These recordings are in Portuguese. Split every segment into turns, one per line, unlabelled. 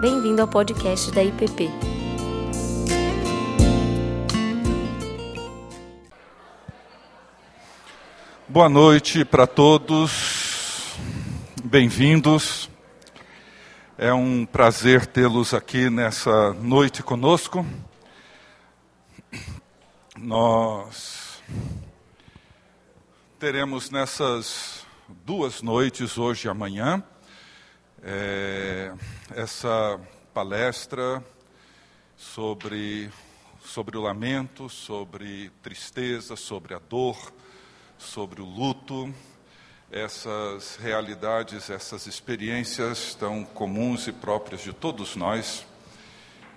Bem-vindo ao podcast da IPP.
Boa noite para todos, bem-vindos. É um prazer tê-los aqui nessa noite conosco. Nós teremos nessas duas noites, hoje e amanhã, é, essa palestra sobre, sobre o lamento, sobre tristeza, sobre a dor, sobre o luto. Essas realidades, essas experiências tão comuns e próprias de todos nós.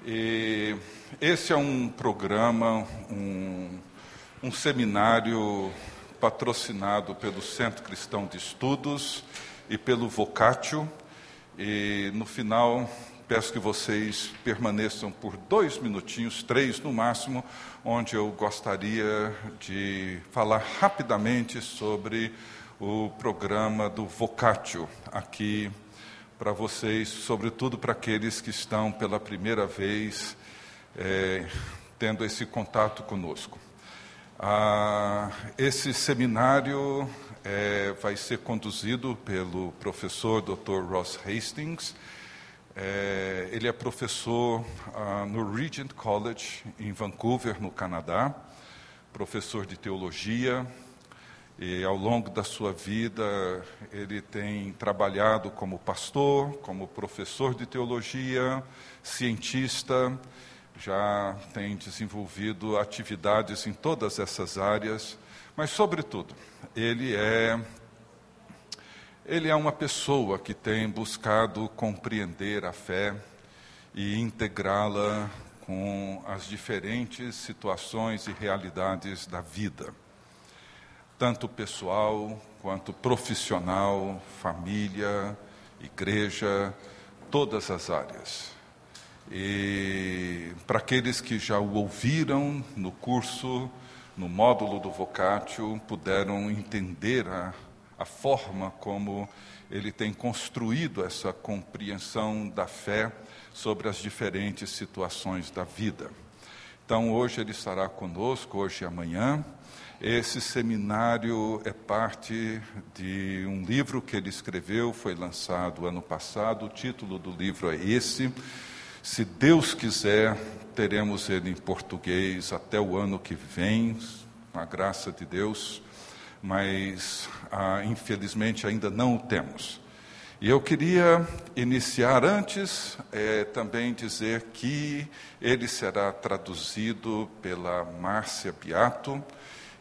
E esse é um programa, um, um seminário patrocinado pelo Centro Cristão de Estudos e pelo Vocatio, e no final, peço que vocês permaneçam por dois minutinhos, três no máximo, onde eu gostaria de falar rapidamente sobre o programa do Vocatio aqui para vocês, sobretudo para aqueles que estão pela primeira vez é, tendo esse contato conosco. Ah, esse seminário é, vai ser conduzido pelo professor Dr. Ross Hastings. É, ele é professor ah, no Regent College, em Vancouver, no Canadá, professor de teologia. E ao longo da sua vida, ele tem trabalhado como pastor, como professor de teologia, cientista, já tem desenvolvido atividades em todas essas áreas. Mas, sobretudo, ele é, ele é uma pessoa que tem buscado compreender a fé e integrá-la com as diferentes situações e realidades da vida, tanto pessoal quanto profissional, família, igreja, todas as áreas. E para aqueles que já o ouviram no curso, no módulo do Vocatio puderam entender a, a, forma como ele tem construído essa compreensão da fé sobre as diferentes situações da vida. Então, hoje ele estará conosco, hoje e amanhã. Esse seminário é parte de um livro que ele escreveu, foi lançado ano passado. O título do livro é esse. Se Deus quiser, teremos ele em português até o ano que vem, com a graça de Deus, mas ah, infelizmente ainda não o temos. E eu queria iniciar antes eh, também dizer que ele será traduzido pela Márcia Beato,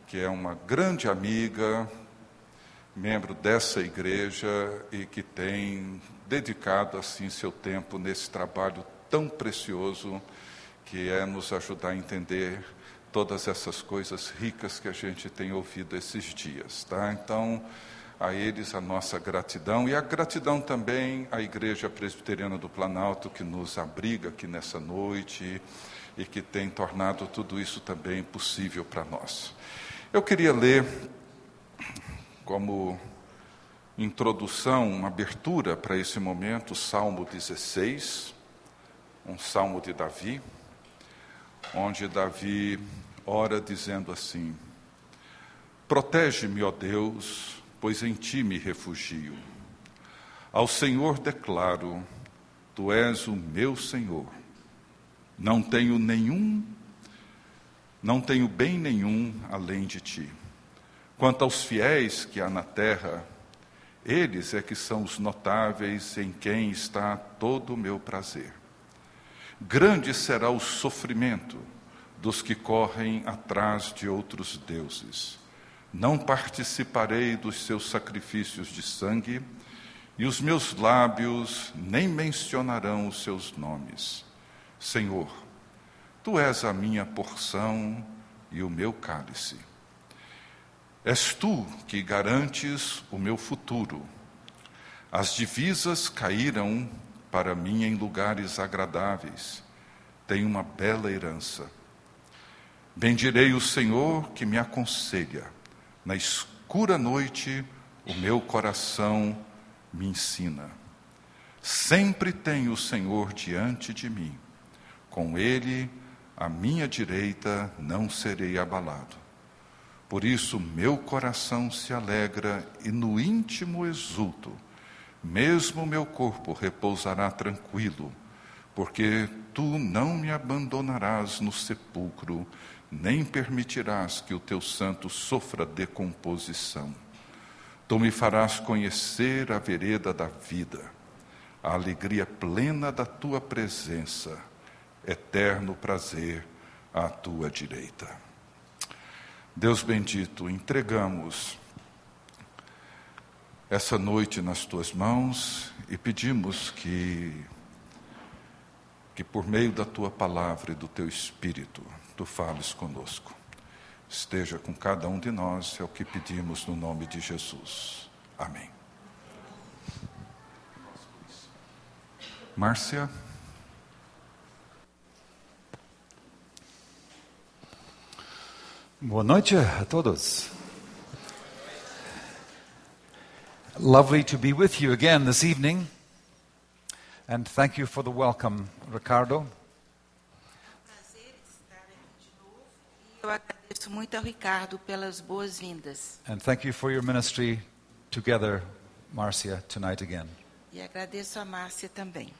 que é uma grande amiga, membro dessa igreja e que tem dedicado assim seu tempo nesse trabalho tão precioso que é nos ajudar a entender todas essas coisas ricas que a gente tem ouvido esses dias, tá? Então, a eles a nossa gratidão e a gratidão também à Igreja Presbiteriana do Planalto que nos abriga aqui nessa noite e que tem tornado tudo isso também possível para nós. Eu queria ler como introdução, uma abertura para esse momento, o Salmo 16, um salmo de Davi onde Davi ora dizendo assim: Protege-me, ó Deus, pois em ti me refugio. Ao Senhor declaro: Tu és o meu Senhor. Não tenho nenhum, não tenho bem nenhum além de ti. Quanto aos fiéis que há na terra, eles é que são os notáveis em quem está todo o meu prazer grande será o sofrimento dos que correm atrás de outros deuses. Não participarei dos seus sacrifícios de sangue, e os meus lábios nem mencionarão os seus nomes. Senhor, tu és a minha porção e o meu cálice. És tu que garantes o meu futuro. As divisas caíram para mim em lugares agradáveis. Tenho uma bela herança. Bendirei o Senhor que me aconselha. Na escura noite, o meu coração me ensina. Sempre tenho o Senhor diante de mim. Com ele, à minha direita, não serei abalado. Por isso, meu coração se alegra e no íntimo exulto. Mesmo meu corpo repousará tranquilo, porque tu não me abandonarás no sepulcro, nem permitirás que o teu santo sofra decomposição. Tu me farás conhecer a vereda da vida, a alegria plena da tua presença, eterno prazer à tua direita. Deus bendito, entregamos essa noite nas tuas mãos e pedimos que que por meio da tua palavra e do teu espírito tu fales conosco. Esteja com cada um de nós, é o que pedimos no nome de Jesus. Amém. Márcia,
Boa noite a todos. Lovely to be with you again this evening. And thank you for the welcome, Ricardo.
prazer estar aqui de novo. E eu agradeço muito ao Ricardo pelas boas-vindas.
And thank you for your ministry together, Marcia, tonight again.
E agradeço a Márcia também.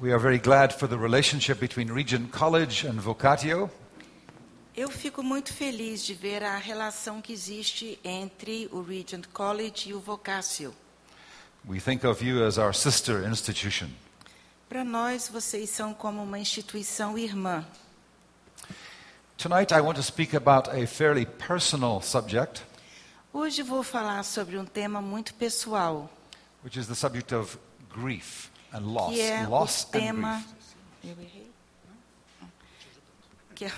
We are very glad for the relationship between Regent College and Vocatio.
Eu fico muito feliz de ver a relação que existe entre o Regent College e o Vocácio.
We think of you as our sister institution.
Para nós, vocês são como uma instituição irmã.
Tonight, I want to speak about a fairly personal subject,
Hoje vou falar sobre um tema muito pessoal,
which is the subject of grief and loss.
que é
loss
o
and
tema.
grief.
Eu errei? Que é,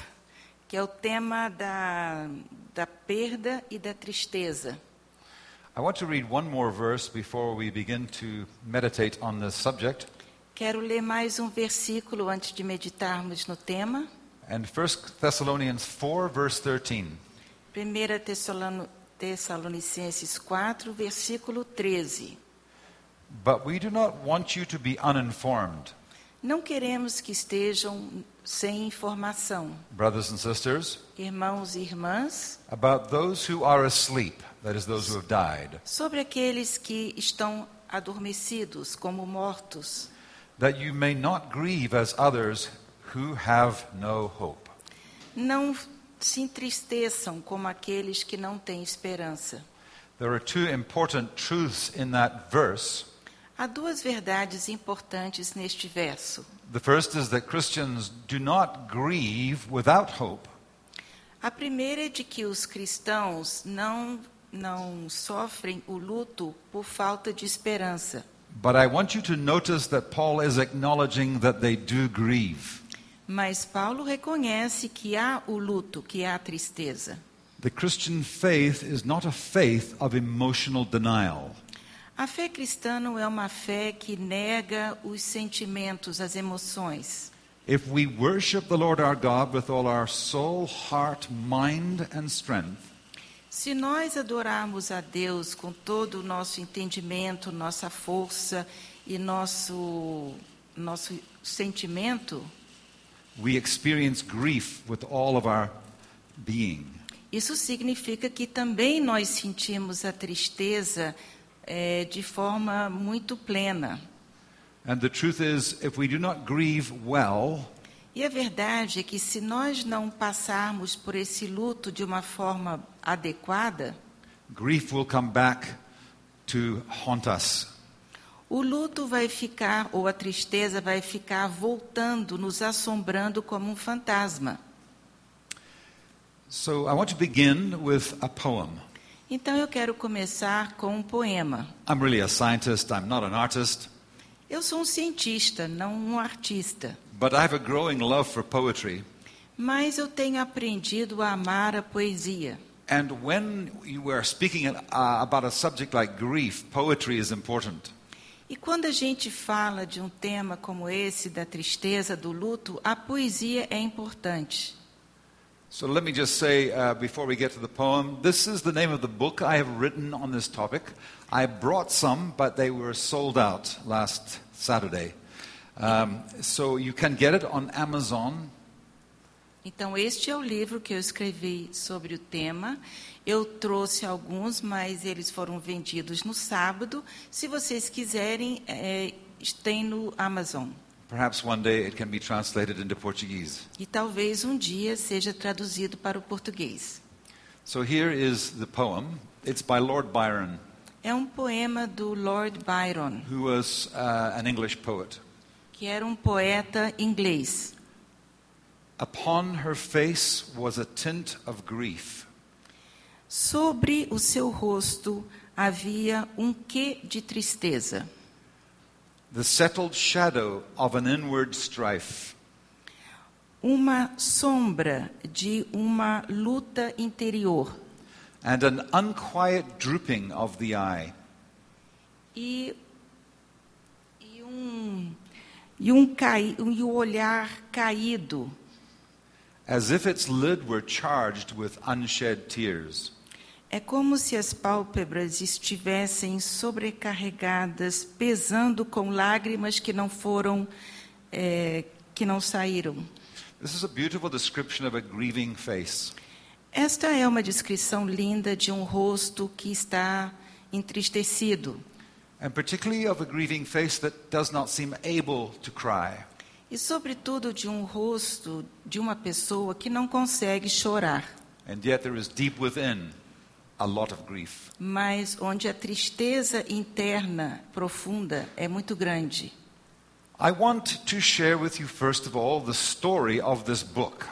que é o tema da, da perda e da tristeza.
I want to read one more verse before we begin to meditate on this subject.
Quero ler mais um versículo antes de meditarmos no tema.
And 1 Thessalonians 4, verse 13.
1 Tessalano- Tessalonicenses 4, versículo 13.
But we do not want you to be uninformed,
Não queremos que estejam sem informação,
brothers and sisters,
irmãos e irmãs,
about those who are asleep, that is, those who have died,
sobre aqueles que estão adormecidos como mortos,
that you may not grieve as others who have no hope.
não se entristeçam como aqueles que não têm esperança.
There are two important truths in that verse.
Há duas verdades importantes neste verso.
The first is that Christians do not grieve without hope,
A primeira é de que os cristãos não, não sofrem o luto por falta de esperança.
But I want you to notice that Paul is acknowledging that they do grieve.
Mas Paulo reconhece que há o luto, que há a tristeza.
The Christian faith is not a faith of emotional denial.
A fé cristã não é uma fé que nega os sentimentos, as emoções.
If we worship the Lord our God with all our soul, heart, mind, and strength,
Se nós adorarmos a Deus com todo o nosso entendimento, nossa força e nosso, nosso sentimento,
we experience grief with all of our being.
Isso significa que também nós sentimos a tristeza eh, de forma muito plena.
And the truth is, if we do not grieve well,
E a verdade é que se nós não passarmos por esse luto de uma forma adequada,
grief will come back to haunt us.
o luto vai ficar, ou a tristeza vai ficar voltando, nos assombrando como um fantasma.
So I want to begin with a poem.
Então eu quero começar com um poema.
I'm really a scientist, I'm not an artist.
Eu sou um cientista, não um artista,
But I have a growing love for poetry.
mas eu tenho aprendido a amar a poesia.
And when you are speaking uh, about a subject like grief, poetry is important.
E quando a gente fala de um tema como esse, da tristeza, do luto, a poesia é importante.
So let me just say uh, before we get to the poem, this is the name of the book I have written on this topic. I brought some, but they were sold out last Saturday. Um, so you can get it on Amazon.
Então, este é o livro que eu escrevi sobre o tema. Eu trouxe alguns, mas eles foram vendidos no sábado. Se vocês quiserem, eh, tem no Amazon.
Perhaps one day it can be translated into Portuguese.
E talvez um dia seja traduzido para o português.
So here is the poem. It's by Lord Byron,
É um poema do Lord Byron,
who was uh, an English poet.
que era um poeta inglês.
Upon her face was a tint of grief,
Sobre o seu rosto havia um quê de tristeza,
the settled shadow of an inward strife.
uma sombra de uma luta interior
and an unquiet drooping of the eye.
e, e um e um cai, e o olhar caído,
As if its lid were charged with unshed tears.
É como se as pálpebras estivessem sobrecarregadas, pesando com lágrimas que não foram, eh, que não saíram.
This is a beautiful description of a grieving face.
Esta é uma descrição linda de um rosto que está entristecido,
And particularly of a grieving face that does not seem able to cry.
e sobretudo de um rosto de uma pessoa que não consegue chorar,
And yet there is deep within a lot of grief.
mas onde a tristeza interna profunda é muito grande.
I want to share with you, first of all, the story of this book.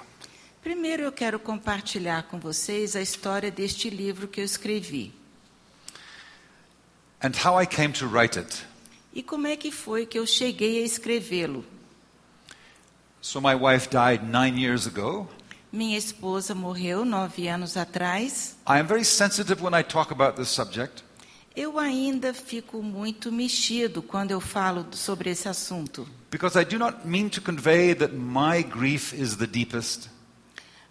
Primeiro eu quero compartilhar com vocês a história deste livro que eu escrevi.
And how I came to write it.
E como é que foi que eu cheguei a escrevê-lo?
So, my wife died nine years ago.
Minha esposa morreu nove anos atrás.
I am very sensitive when I talk about this subject.
Eu ainda fico muito mexido quando eu falo sobre esse assunto,
Because I do not mean to convey that my grief is the deepest,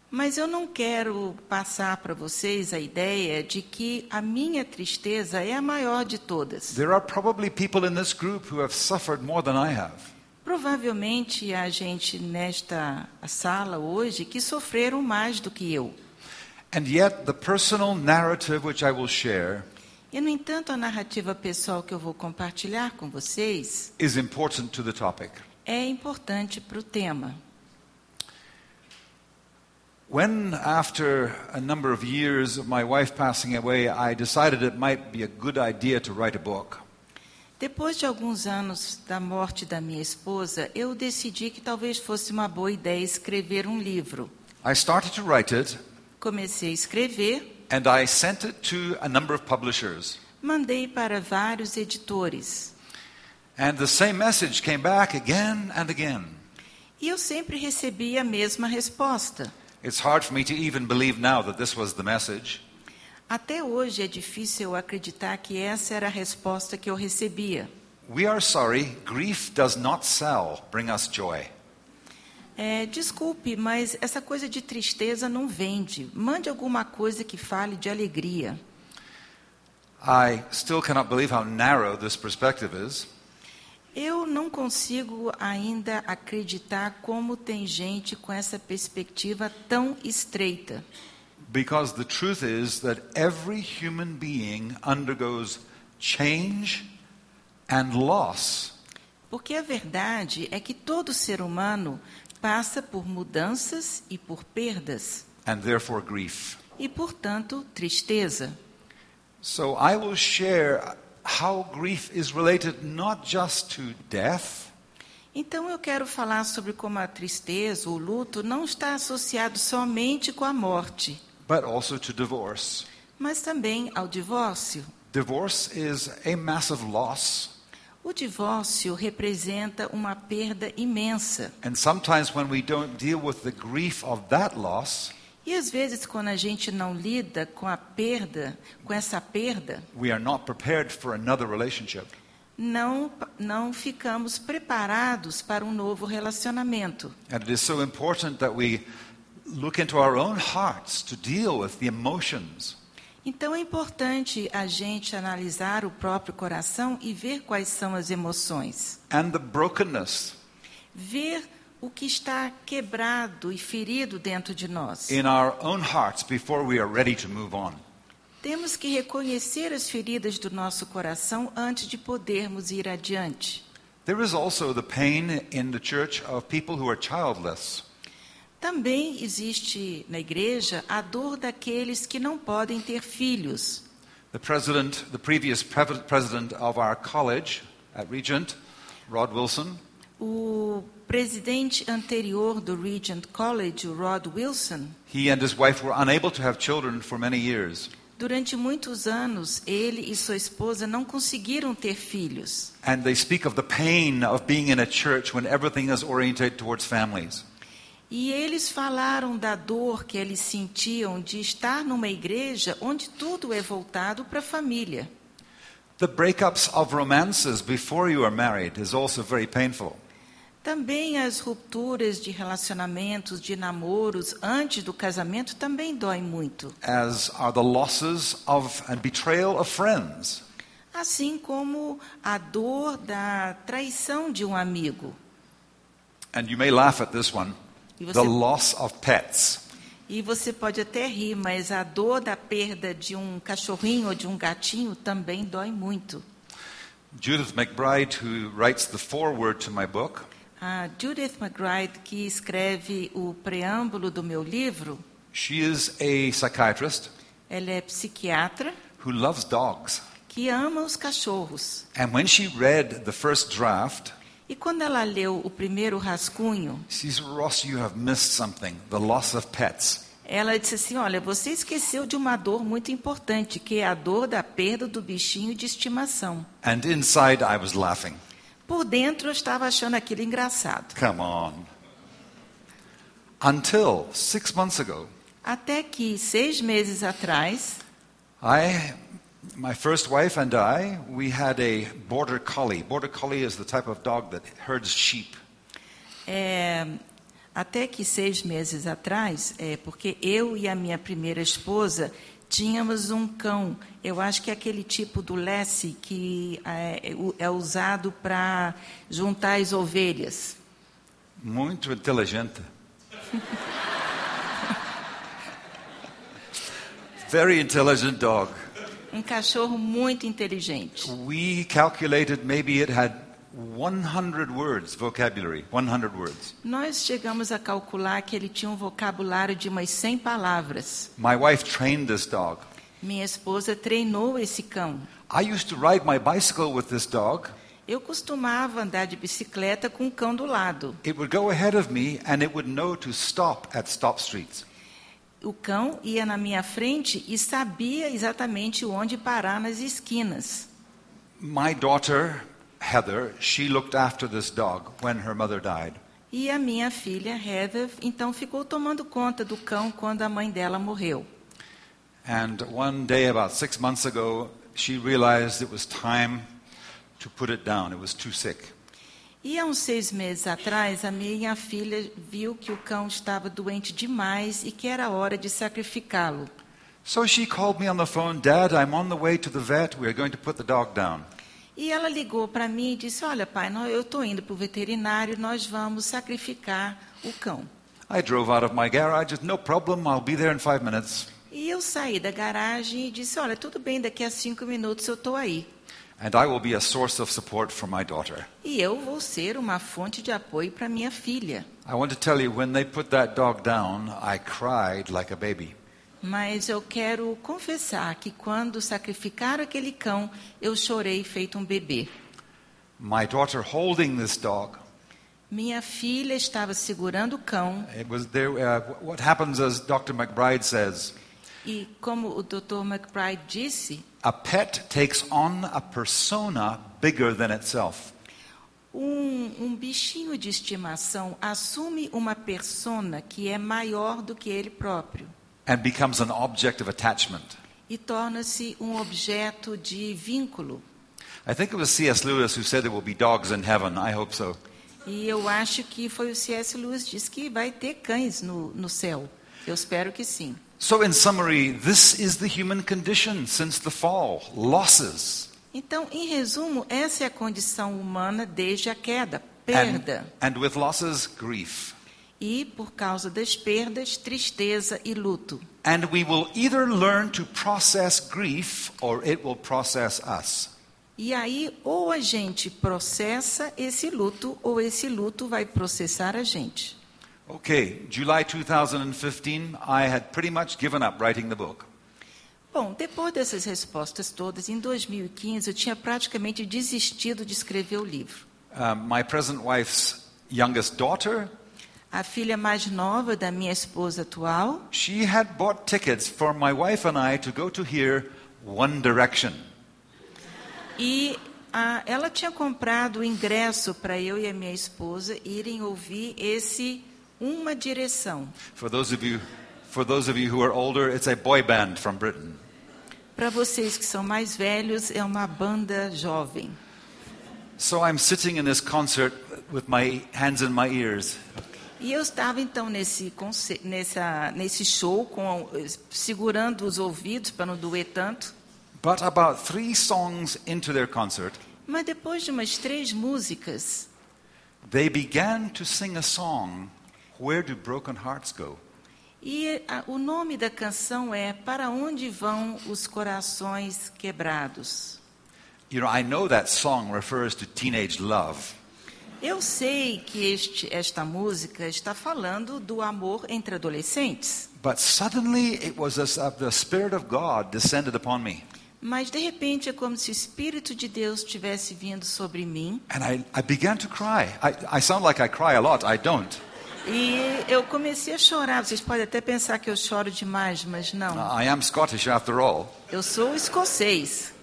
mas eu não quero passar para vocês a ideia de que a minha tristeza é a maior de todas.
there are probably people in this group who have suffered more than I have.
Provavelmente há gente nesta sala hoje que sofreram mais do que eu.
And yet, the personal narrative which I will share
E, no entanto, a narrativa pessoal que eu vou compartilhar com vocês
is important to the topic.
é importante para o tema.
When, after a number of years of my wife passing away, I decided it might be a good idea to write a book,
Depois de alguns anos da morte da minha esposa, eu decidi que talvez fosse uma boa ideia escrever um livro.
I started to write it
Comecei a escrever,
and I sent it to a number of publishers.
mandei para vários editores.
And the same message came back again and again.
E eu sempre recebi a mesma resposta.
It's hard for me to even believe now that this was the message.
Até hoje é difícil eu acreditar que essa era a resposta que eu recebia.
We are sorry, grief does not sell, bring us joy.
É, desculpe, mas essa coisa de tristeza não vende. Mande alguma coisa que fale de alegria.
I still cannot believe how narrow this perspective is.
Eu não consigo ainda acreditar como tem gente com essa perspectiva tão estreita.
Because the truth is that every human being undergoes change and loss.
Porque a verdade é que todo ser humano passa por mudanças e por perdas,
And therefore, grief.
e, portanto, tristeza.
So, I will share how grief is related not just to death,
Então, eu quero falar sobre como a tristeza, o luto, não está associado somente com a morte,
but also to divorce.
mas também ao divórcio.
Divorce is a massive loss.
O divórcio representa uma perda imensa.
And sometimes when we don't deal with the grief of that loss,
E às vezes, quando a gente não lida com a perda, com essa perda,
we are not prepared for another relationship.
não, não ficamos preparados para um novo relacionamento.
And it is so important that we look into our own hearts to deal with the emotions.
Então é importante a gente analisar o próprio coração e ver quais são as emoções.
and the brokenness
Ver o que está quebrado e ferido dentro de nós.
in our own hearts before we are ready to move on.
Temos que reconhecer as feridas do nosso coração antes de podermos ir adiante.
There is also the pain in the church of people who are childless.
Também existe na igreja a dor daqueles que não podem ter filhos.
The president, the previous pre- president of our college at Regent, Rod Wilson,
O presidente anterior do Regent College, o Rod Wilson,
he and his wife were unable to have children for many years.
durante muitos anos ele e sua esposa não conseguiram ter filhos.
And they speak of the pain of being in a church when everything is oriented towards families.
E eles falaram da dor que eles sentiam de estar numa igreja onde tudo é voltado para a família.
The breakups of romances before you are married is also very painful.
Também as rupturas de relacionamentos, de namoros antes do casamento também dói muito,
as are the losses of and betrayal of friends.
assim como a dor da traição de um amigo.
And you may laugh at this one
E
the
você,
loss of pets.
e você pode até rir, mas a dor da perda de um cachorrinho ou de um gatinho também dói muito.
Judith McBride, who writes the foreword to my book,
A Judith McBride, que escreve o preâmbulo do meu livro,
she is a psychiatrist
ela é psiquiatra
who loves dogs.
que ama os cachorros.
And when she read the first draft,
E quando ela leu o primeiro rascunho,
she says, Ross, you have missed something the loss of pets.
Ela disse assim: Olha, você esqueceu de uma dor muito importante, que é a dor da perda do bichinho de estimação.
And inside, I was laughing.
Por dentro eu estava achando aquilo engraçado.
Come on. Until six months ago,
Até que, seis meses atrás,
I, my first wife and I, we had a border collie. Border collie is the type of dog that herds sheep.
é, até que seis meses atrás, é, porque eu e a minha primeira esposa tínhamos um cão. Eu acho que é aquele tipo do Lassie que é, é u- é usado para juntar as ovelhas.
Muito inteligente. Very intelligent dog.
Um cachorro muito inteligente.
We calculated maybe it had 100 words vocabulary, 100 words.
Nós chegamos a calcular que ele tinha um vocabulário de umas 100 palavras.
My wife trained this dog.
Minha esposa treinou esse cão.
I used to ride my bicycle with this dog.
Eu costumava andar de bicicleta com o cão do lado.
It would go ahead of me and it would know to stop at stop streets.
O cão ia na minha frente e sabia exatamente onde parar nas esquinas.
My daughter, Heather, she looked after this dog when her mother died.
E a minha filha, Heather, então ficou tomando conta do cão quando a mãe dela morreu.
And one day, about six months ago, she realized it was time to put it down. It was too sick.
E há uns seis meses atrás, a minha filha viu que o cão estava doente demais e que era hora de sacrificá-lo.
So she called me on the phone, Dad, I'm on the way to the vet. We're going to put the dog down.
E ela ligou para mim e disse: Olha, pai, nó- eu estou indo para o veterinário, nós vamos sacrificar o cão.
I drove out of my garage. It's no problem. I'll be there in five minutes.
E eu saí da garagem e disse: Olha, tudo bem, daqui a cinco minutos eu estou aí.
And I will be a source of support for my daughter.
E eu vou ser uma fonte de apoio para minha filha.
I want to tell you, when they put that dog down, I cried like a baby.
Mas eu quero confessar que quando sacrificaram aquele cão, eu chorei feito um bebê.
My daughter holding this dog
Minha filha estava segurando o cão
It was there. Uh, what happens, as Dr. McBride says,
e, como o Dr. McBride disse,
a pet takes on a persona bigger than itself.
Um, um bichinho de estimação assume uma persona que é maior do que ele próprio
And becomes an object of attachment.
e torna-se um objeto de vínculo.
I think it was C.S. Lewis who said there will be dogs in heaven. I hope so.
E eu acho que foi o C.S. Lewis que disse que vai ter cães no, no céu. Eu espero que sim.
So, in summary, this is the human condition since the fall losses.
Então, em resumo, essa é a condição humana desde a queda,
And-
perda.
and with losses, grief.
E por causa das perdas, tristeza e luto.
And we will either learn to process grief or it will process us.
E aí, ou a gente processa esse luto, ou esse luto vai processar a gente.
Okay, July 2015, I had pretty much given up writing the book.
Bom, depois dessas respostas todas, em 2015 eu tinha praticamente desistido de escrever o livro.
Um, my present wife's youngest daughter,
A filha mais nova da minha esposa atual,
she had bought tickets for my wife and I to go to hear One Direction.
e a- ela tinha comprado o ingresso para eu e a minha esposa irem ouvir esse Uma Direção.
For those of you, for those of you who are older, it's a boy band from Britain.
Para vocês que são mais velhos, é uma banda jovem.
So I'm sitting in this concert with my hands in my ears,
E eu estava então nesse conce- nessa- nesse show com segurando os ouvidos para não doer tanto.
but about three songs into their concert,
Mas depois de umas três músicas,
they began to sing a song, Where Do Broken Hearts Go?
e a- o nome da canção é Para onde vão os corações quebrados?
You know, I know that song refers to teenage love,
Eu sei que este- esta música está falando do amor entre adolescentes,
but suddenly it was as if the Spirit of God descended upon me.
mas de repente é como se o Espírito de Deus tivesse vindo sobre mim
And I, I began to cry. I, I sound like I cry a lot, I don't.
E eu comecei a chorar. Vocês podem até pensar que eu choro demais, mas não.
Uh, I am Scottish after all.
Eu sou escocês.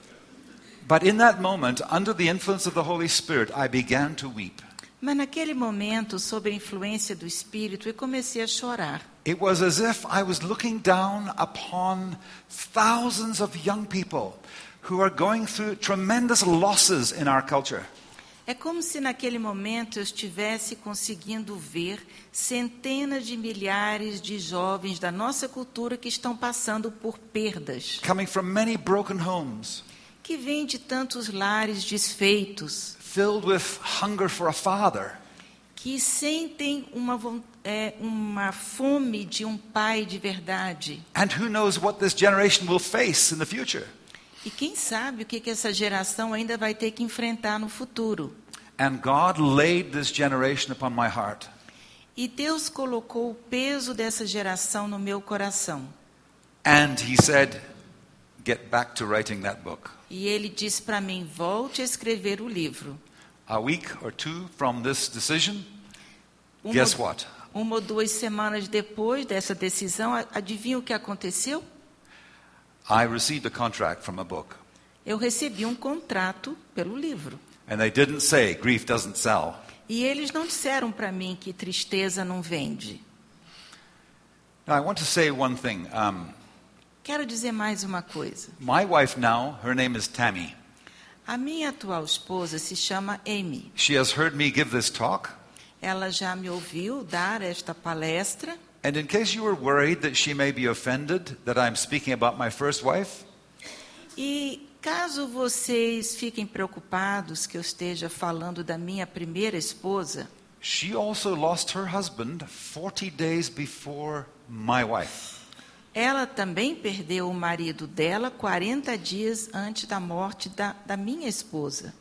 But in that moment, under the influence of the Holy Spirit, I began to weep.
Mas naquele momento, sob a influência do Espírito, eu comecei a chorar.
It was as if I was looking down upon thousands of young people who are going through tremendous losses in our culture.
É como se naquele momento eu estivesse conseguindo ver centenas de milhares de jovens da nossa cultura que estão passando por perdas,
coming from many broken homes,
que vêm de tantos lares desfeitos,
filled with hunger for a father,
que sentem uma, von- é, uma fome de um pai de verdade.
and who knows what this generation will face in the future.
E quem sabe o que, que essa geração ainda vai ter que enfrentar no futuro.
And God laid this generation upon my heart.
E Deus colocou o peso dessa geração no meu coração.
And He said, Get back to writing that book.
E ele disse para mim: volte a escrever o livro.
A week or two from this decision,
Uma,
guess what?
uma ou duas semanas depois dessa decisão, a- adivinha o que aconteceu?
I received a contract from a book.
Eu recebi um contrato pelo livro.
And they didn't say, Grief doesn't sell.
E eles não disseram para mim que tristeza não vende.
Now, I want to say one thing. Um,
Quero dizer mais uma coisa.
my wife now, her name is Tammy.
A minha atual esposa se chama Amy.
She has heard me give this talk.
Ela já me ouviu dar esta palestra.
And in case you were worried that she may be offended that I'm speaking about my first wife,
E caso vocês fiquem preocupados que eu esteja falando da minha primeira esposa,
she also lost her husband 40 days before my wife.
ela também perdeu o marido dela 40 dias antes da morte da, da minha esposa.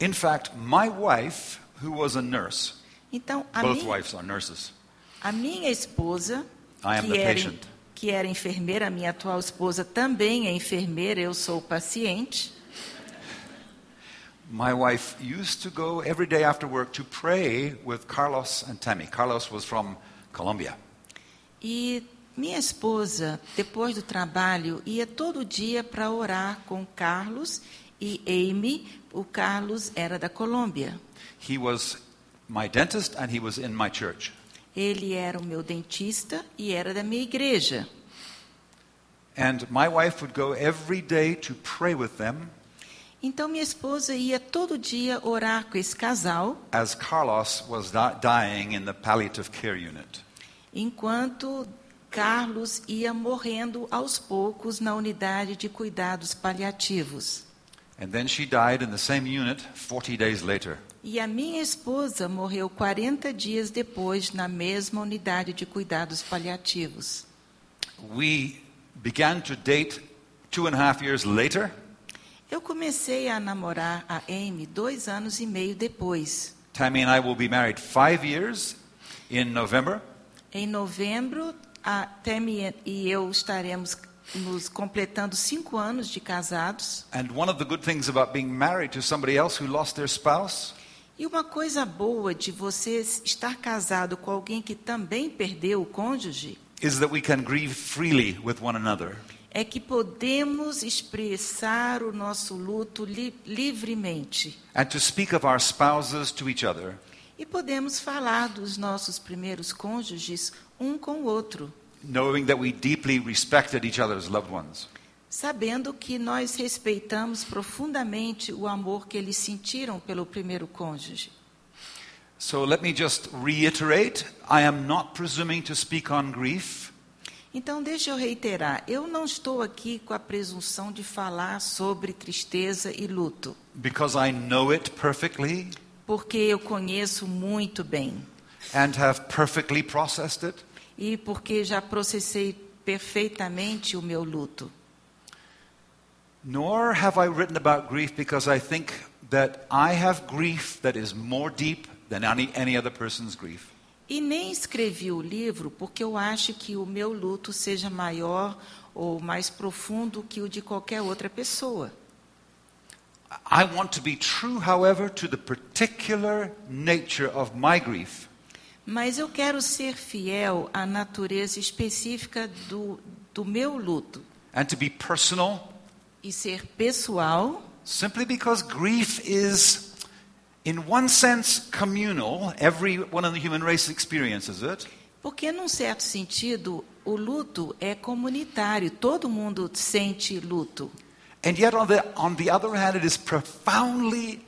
In fact, my wife, who was a nurse,
Então, a,
both
mi-
wives are nurses,
a minha esposa,
I am
que
the
era,
patient.
que era enfermeira, a minha atual esposa também é enfermeira, eu sou o paciente.
my wife used to go every day after work to pray with Carlos and Tammy. Carlos was from Colombia.
E minha esposa, depois do trabalho, ia todo dia para orar com Carlos e Amy. O Carlos era da Colômbia.
He was my dentist and he was in my church.
Ele era o meu dentista e era da minha igreja.
And my wife would go every day to pray with them
Então minha esposa ia todo dia orar com esse casal
as Carlos was di- dying in the palliative care unit.
enquanto Carlos ia morrendo aos poucos na unidade de cuidados paliativos.
And then she died in the same unit 40 days later.
E a minha esposa morreu 40 dias depois na mesma unidade de cuidados paliativos.
We began to date two and a half years later.
Eu comecei a namorar a Amy dois anos e meio depois.
Tammy and I will be married five years in November.
Em novembro, a Tammy e eu estaremos nos completando cinco anos de casados.
And one of the good things about being married to somebody else who lost their spouse
E uma coisa boa de você estar casado com alguém que também perdeu o cônjuge
is that we can grieve freely with one another.
é que podemos expressar o nosso luto li livremente.
And to speak of our spouses to each other
E podemos falar dos nossos primeiros cônjuges um com o outro,
knowing that we deeply respected each other's loved ones.
sabendo que nós respeitamos profundamente o amor que eles sentiram pelo primeiro cônjuge.
So let me just reiterate I am not presuming to speak on grief.
Então, deixa eu reiterar: eu não estou aqui com a presunção de falar sobre tristeza e luto,
because I know it perfectly
porque eu conheço muito bem
and have perfectly processed it.
e porque já processei perfeitamente o meu luto.
Nor have I written about grief because I think that I have grief that is more deep than any, any other person's grief.
E nem escrevi o livro porque eu acho que o meu luto seja maior ou mais profundo que o de qualquer outra pessoa.
I want to be true, however, to the particular nature of my grief.
Mas eu quero ser fiel à natureza específica do, do meu luto
and to be personal
e ser pessoal,
simply because grief is, in one sense, communal. Everyone in the human race experiences it.
porque, num certo sentido, o luto é comunitário, todo mundo sente luto.
And yet, on the, on the other hand, it is profoundly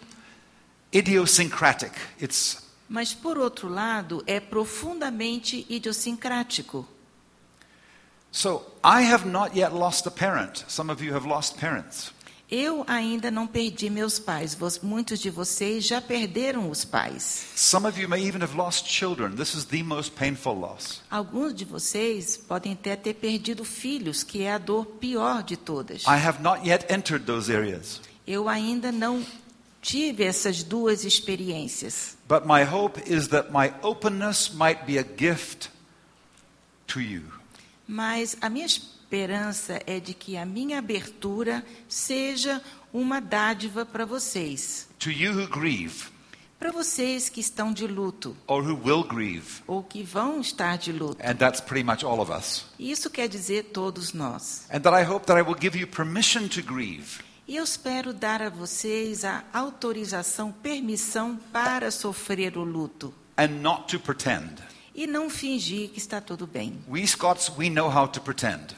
idiosyncratic. It's,
Mas, por outro lado, é profundamente idiosincrático.
so, I have not yet lost a parent. Some of you have lost parents.
Eu ainda não perdi meus pais. Vos- Muitos de vocês já perderam os pais.
Some of you may even have lost children. This is the most painful loss.
Alguns de vocês podem até ter perdido filhos, que é a dor pior de todas.
I have not yet entered those areas.
Eu ainda não tive essas duas experiências.
But my hope is that my openness might be a gift to you.
Mas a minha esperança é de que a minha abertura seja uma dádiva para vocês.
To you who grieve,
Para vocês que estão de luto
or who will grieve,
ou que vão estar de luto.
and that's pretty much all of us.
Isso quer dizer todos nós.
And that I hope that I will give you permission to grieve,
E eu espero dar a vocês a autorização, permissão para sofrer o luto
and not to pretend.
e não fingir que está tudo bem.
We Scots, we know how to pretend.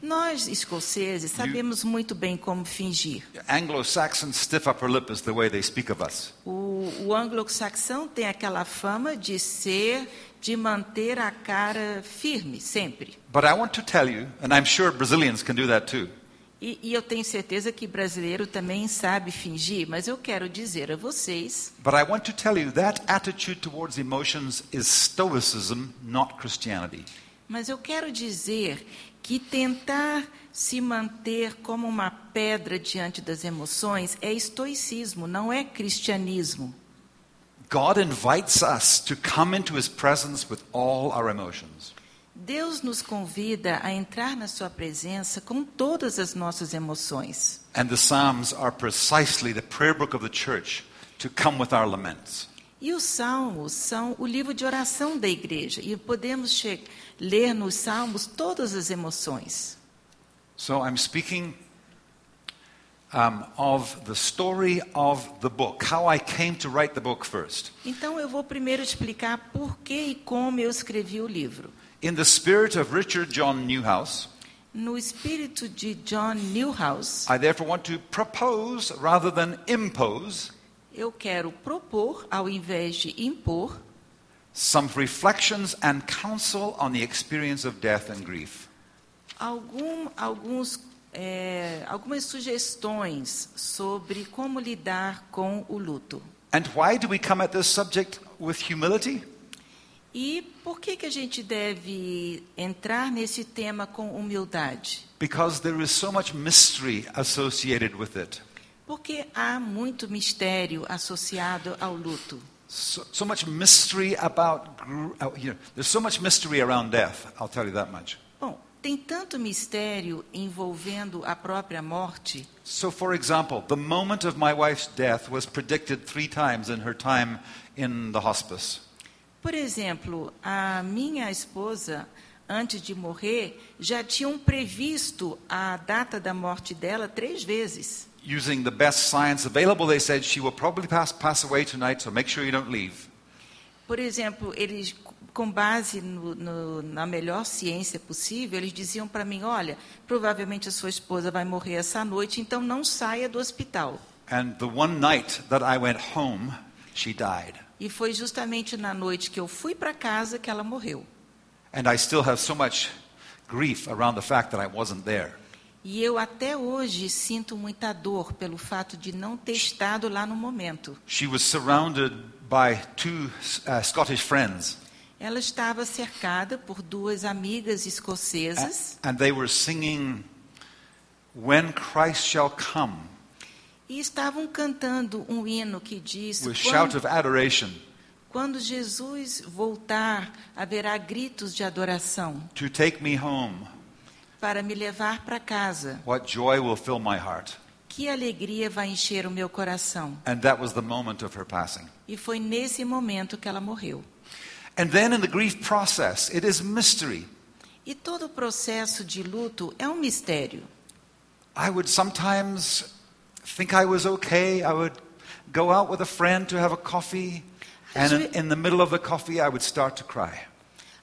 Nós, escoceses, sabemos muito bem como fingir.
Anglo Saxons stiff upper lip is the way they speak of us.
O, o anglo-saxão tem aquela fama de ser, de manter a cara firme, sempre.
But I want to tell you, and I'm sure Brazilians can do that too,
E, e eu tenho certeza que brasileiro também sabe fingir, mas eu quero dizer a vocês
but I want to tell you that attitude towards emotions is Stoicism, not Christianity.
Mas eu quero dizer que tentar se manter como uma pedra diante das emoções é estoicismo, não é cristianismo.
God invites us to come into his presence with all our emotions.
Deus nos convida a entrar na sua presença com todas as nossas emoções.
And the Psalms are precisely the prayer book of the church to come with our laments.
E os salmos são o livro de oração da igreja e podemos che- ler nos salmos todas as emoções.
So I'm speaking um, of the story of the book, how I came to write the book first.
Então eu vou primeiro explicar por que e como eu escrevi o livro.
In the spirit of Richard John Newhouse,
No espírito de John Newhouse,
I therefore want to propose rather than impose
Eu quero propor, ao invés de impor,
some reflections and counsel on the experience of death and grief.
Algum, alguns, eh, algumas sugestões sobre como lidar com o luto.
And why do we come at this subject with humility?
E por que, que a gente deve entrar nesse tema com humildade?
Because there is so much mystery associated with it,
Porque há muito mistério associado ao luto.
so, so much mystery about, gr- uh, you know, there's so much mystery around death, I'll tell you that much.
Bom, tem tanto mistério envolvendo a própria morte.
So, for example, the moment of my wife's death was predicted three times in her time in the hospice.
Por exemplo, a minha esposa, antes de morrer, já tinham previsto a data da morte dela três vezes.
Using the best science available, they said she will probably pass, pass away tonight, so make sure you don't leave.
Por exemplo, eles, com base no- no- na melhor ciência possível, eles diziam para mim: olha, provavelmente a sua esposa vai morrer essa noite, então não saia do hospital.
And the one night that I went home, she died.
E foi justamente na noite que eu fui para casa que ela morreu.
And I still have so much grief around the fact that I wasn't there.
E eu até hoje sinto muita dor pelo fato de não ter estado lá no momento.
She was surrounded by two uh, Scottish friends,
Ela estava cercada por duas amigas
a-
escocesas
and they were singing, When Christ Shall Come,
e estavam cantando um hino que diz:
with shout
quando,
of adoration
quando Jesus voltar, haverá gritos de adoração
to take me home.
para me levar para casa.
What joy will fill my heart.
Que alegria vai encher o meu coração.
And that was the moment of her passing.
E foi nesse momento que ela morreu.
And then in the grief process, it is mystery.
E todo o processo de luto é um mistério.
I would sometimes think I was okay. I would go out with a friend to have a coffee, and in, in the middle of the coffee, I would start to cry.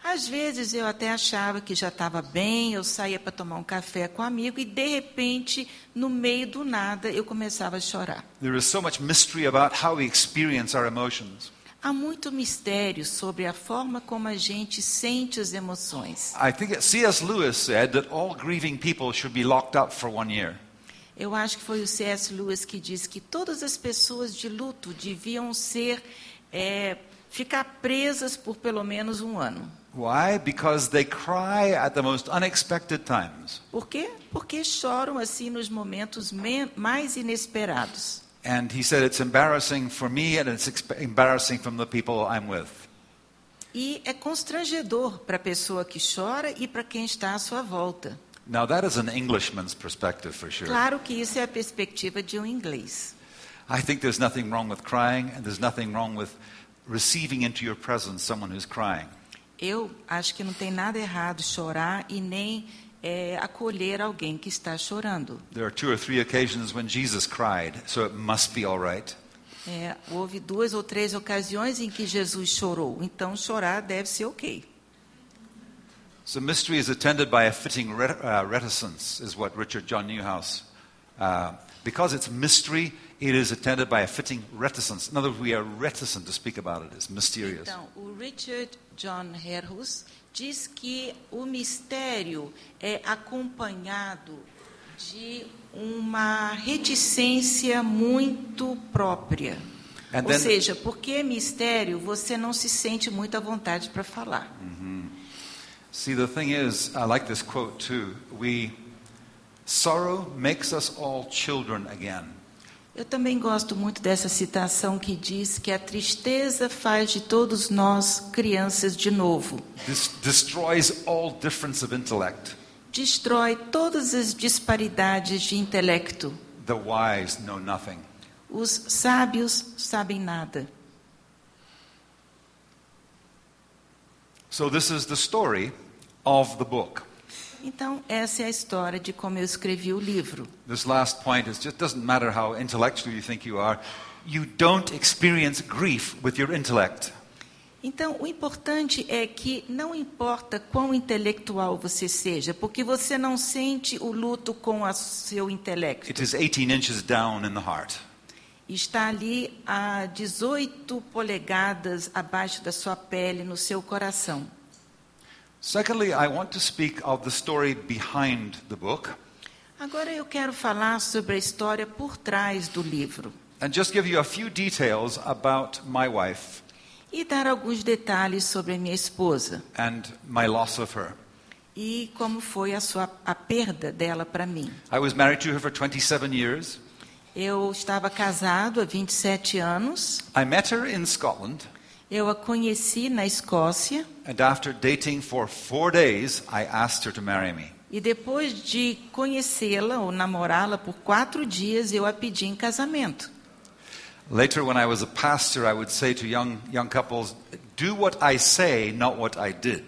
Às vezes eu até achava que já estava bem, eu saía para tomar um café com um amigo e de repente, no meio do nada, eu começava a chorar.
There is so much mystery about how we experience our emotions.
Há muito mistério sobre a forma como a gente sente as emoções.
I think it, C.S. Lewis said that all grieving people should be locked up for one year.
Eu acho que foi o C.S. Lewis que disse que todas as pessoas de luto deviam ser é, ficar presas por pelo menos um ano.
Why? Because they cry at the most unexpected times.
Por quê? Porque choram assim nos momentos me- mais inesperados.
And he said it's embarrassing for me and it's exp- embarrassing from the people I'm with.
E é constrangedor para a pessoa que chora e para quem está à sua volta.
Now, that is an Englishman's perspective for sure.
Claro que isso é a perspectiva de um inglês.
I think there's nothing wrong with crying, and there's nothing wrong with receiving into your presence someone who's crying.
Eu acho que não tem nada errado chorar e nem eh, acolher alguém que está chorando.
There are two or three occasions when Jesus cried, so it must be all right.
É, houve duas ou três ocasiões em que Jesus chorou, então chorar deve ser ok.
So mystery is attended by a fitting ret- uh, reticence, is what Richard John Newhouse. Uh, because it's mystery, it is attended by a fitting reticence. In other words, we are reticent to speak about it. It's mysterious.
Então, o Richard John Herhus diz que o mistério é acompanhado de uma reticência muito própria.
And
Ou
then-
seja, porque é mistério, você não se sente muito à vontade para falar.
See, the thing is, I like this quote too. We sorrow makes us all children again.
Eu também gosto muito dessa citação que diz que a tristeza faz de todos nós crianças de novo.
This destroys all difference of intellect.
Destrói todas as disparidades de intelecto.
The wise know nothing.
Os sábios sabem nada.
So, this is the story of the book.
Então, essa é a história de como eu escrevi o livro.
This last point is just doesn't matter how intellectual you think you are, you don't experience grief with your intellect.
Então, o importante é que não importa quão intelectual você seja, porque você não sente o luto com o seu intelecto.
It is 18 inches down in the heart.
Está ali a 18 polegadas abaixo da sua pele, no seu coração.
Secondly, I want to speak of the story behind the book
Agora eu quero falar sobre a história por trás do livro
and just give you a few details about my wife
e dar alguns detalhes sobre a minha esposa
and my loss of her.
e como foi a sua a perda dela para mim.
I was married to her for 27 years.
Eu estava casado há 27 anos.
I met her in Scotland,
Eu a conheci na Escócia
and after dating for four days, I asked her to marry me.
e depois de conhecê-la ou namorá-la por quatro dias, eu a pedi em casamento.
Later, when I was a pastor, I would say to young, young couples, do what I say, not what I did.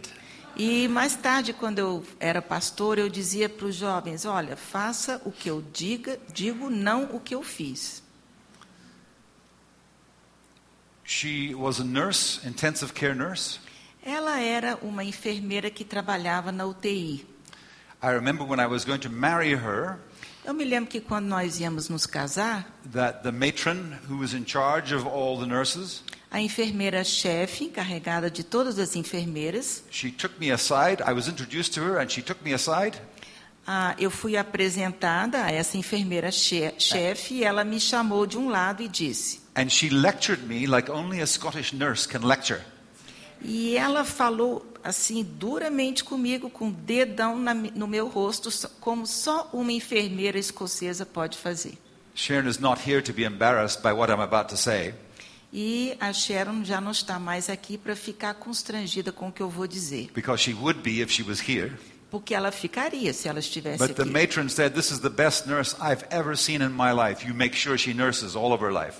E mais tarde, quando eu era pastor, eu dizia para os jovens: olha, faça o que eu diga, digo não o que eu fiz.
She was a nurse, intensive care nurse.
Ela era uma enfermeira que trabalhava na UTI.
I remember when I was going to marry her,
Eu me lembro que quando nós íamos nos casar,
that the matron who was in charge of all the nurses,
a enfermeira-chefe, encarregada de todas as enfermeiras,
she took me aside. I was introduced to her, and she took me aside.
Ah, eu fui apresentada a essa enfermeira che- chefe e ela me chamou de um lado e disse.
And she lectured me like only a Scottish nurse can lecture.
E ela falou assim duramente comigo, com o dedão na mi- no meu rosto, só- como só uma enfermeira escocesa pode fazer.
Sharon is not here to be embarrassed by what I'm about to say,
E a Sharon já não está mais aqui para ficar constrangida com o que eu vou dizer,
because she would be if she was here.
porque ela ficaria se ela estivesse
But the
aqui.
matron said, This is the best nurse I've ever seen in my life. You make sure she nurses all of her life.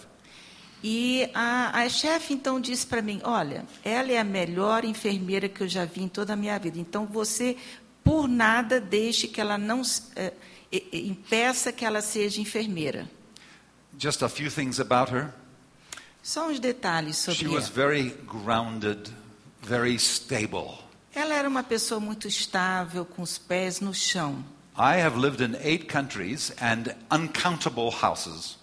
E a, a chefe então disse para mim: Olha, ela é a melhor enfermeira que eu já vi em toda a minha vida. Então você, por nada, deixe que ela não se- eh, eh, eh, impeça que ela seja enfermeira.
Just a few things about her.
Só uns detalhes
She
sobre
was
ela.
very grounded, very stable.
Ela era uma pessoa muito estável, com os pés no chão.
I have lived in eight countries and uncountable houses.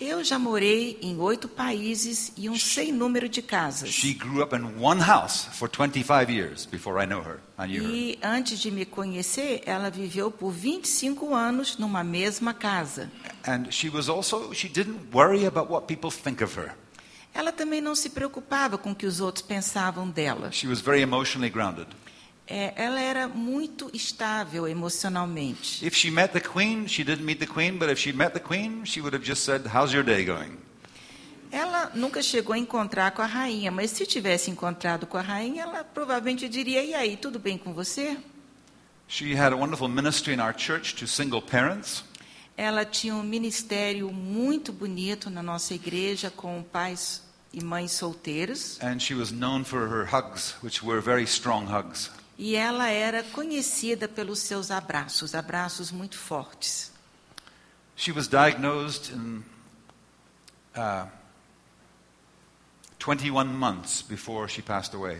Eu já morei em oito países e um sem número de casas.
She grew up in one house for 25 years before I know her. I knew her.
E antes de me conhecer, ela viveu por 25 anos numa mesma casa.
And she was also, she didn't worry about what people think of her.
Ela também não se preocupava com o que os outros pensavam dela.
She was very emotionally grounded.
É, ela era muito estável emocionalmente.
If she met the queen, she didn't meet the queen, but if she met the queen, she would have just said, How's your day going?
Ela nunca chegou a encontrar com a rainha, mas se tivesse encontrado com a rainha, ela provavelmente diria: E aí, tudo bem com você?
She had a wonderful ministry in our church to single parents.
Ela tinha um ministério muito bonito na nossa igreja com pais e mães solteiros,
And she was known for her hugs, which were very strong hugs.
e ela era conhecida pelos seus abraços, abraços muito fortes.
She was diagnosed in uh, 21 months before she passed away.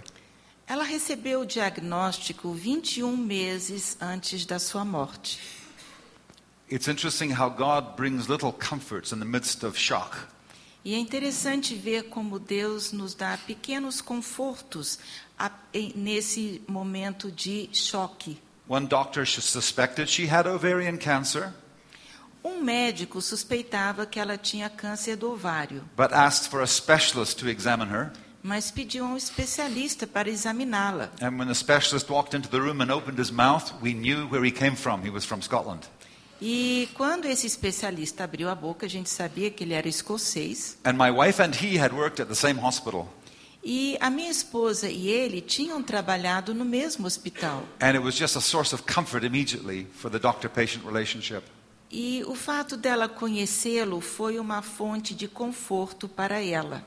Ela recebeu o diagnóstico 21 meses antes da sua morte.
It's interesting how God brings little comforts in the midst of shock.
E é interessante ver como Deus nos dá pequenos confortos a- em- nesse momento de choque.
One doctor sh- suspected she had ovarian cancer,
Um médico suspeitava que ela tinha câncer do ovário,
but asked for a specialist to examine her.
mas pediu a um especialista para examiná-la.
And when the specialist walked into the room and opened his mouth, we knew where he came from. He was from Scotland.
E quando esse especialista abriu a boca, a gente sabia que ele era escocês.
And my wife and he had worked at the same hospital.
E a minha esposa e ele tinham trabalhado no mesmo hospital.
And it was just a source of comfort immediately for the doctor patient relationship.
E o fato dela conhecê-lo foi uma fonte de conforto para ela.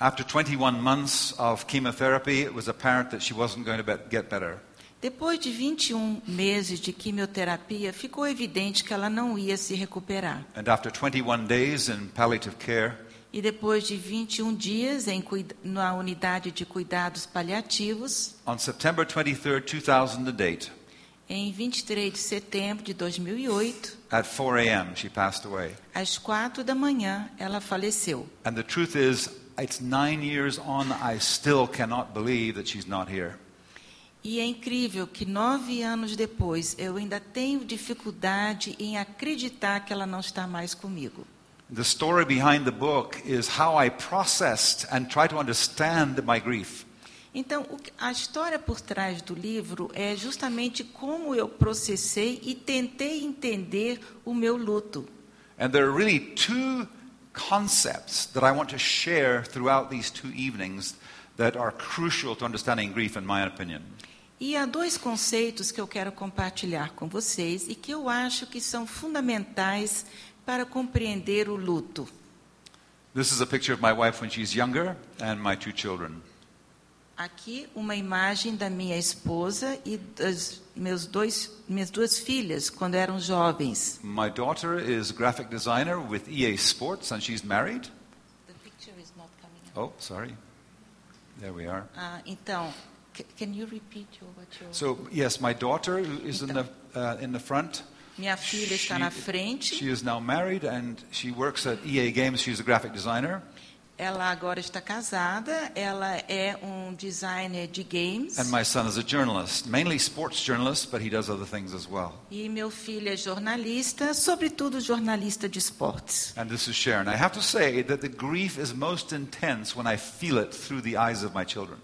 After 21 months of chemotherapy, it was apparent that she wasn't going to be- get better.
Depois de 21 meses de quimioterapia, ficou evidente que ela não ia se recuperar.
And after 21 days in palliative care,
E depois de 21 dias em cuida- na unidade de cuidados paliativos,
on September 23, 2008,
Em 23 de setembro de 2008,
At 4 a.m., she passed away.
às quatro da manhã, ela faleceu.
And the truth is, it's nine years on, I still cannot believe that she's not here.
E é incrível que nove anos depois eu ainda tenho dificuldade em acreditar que ela não está mais comigo.
The story behind the book is how I processed and tried to understand my grief.
Então, o que- a história por trás do livro é justamente como eu processei e tentei entender o meu luto.
And there are really two concepts that I want to share throughout these two evenings that are crucial to understanding grief, in my opinion.
E há dois conceitos que eu quero compartilhar com vocês e que eu acho que são fundamentais para compreender o luto.
This is a picture of my wife when she's younger and my two children.
Aqui uma imagem da minha esposa e das meus dois, minhas duas filhas quando eram jovens.
My daughter is a graphic designer with EA Sports and she's married. Oh, sorry. There we are.
Ah, então, ca- can you repeat your- what you-
So, yes, my daughter who is in the, uh, in the front.
Minha filha está na frente.
she is now married and she works at EA Games. She's a graphic designer.
Ela agora está casada. Ela é um designer de games.
And my son is a journalist, mainly sports journalist, but he does other things as well.
E meu filho é jornalista, sobretudo jornalista de esportes.
And this is Sharon. I have to say that the grief is most intense when I feel it through the eyes of my children.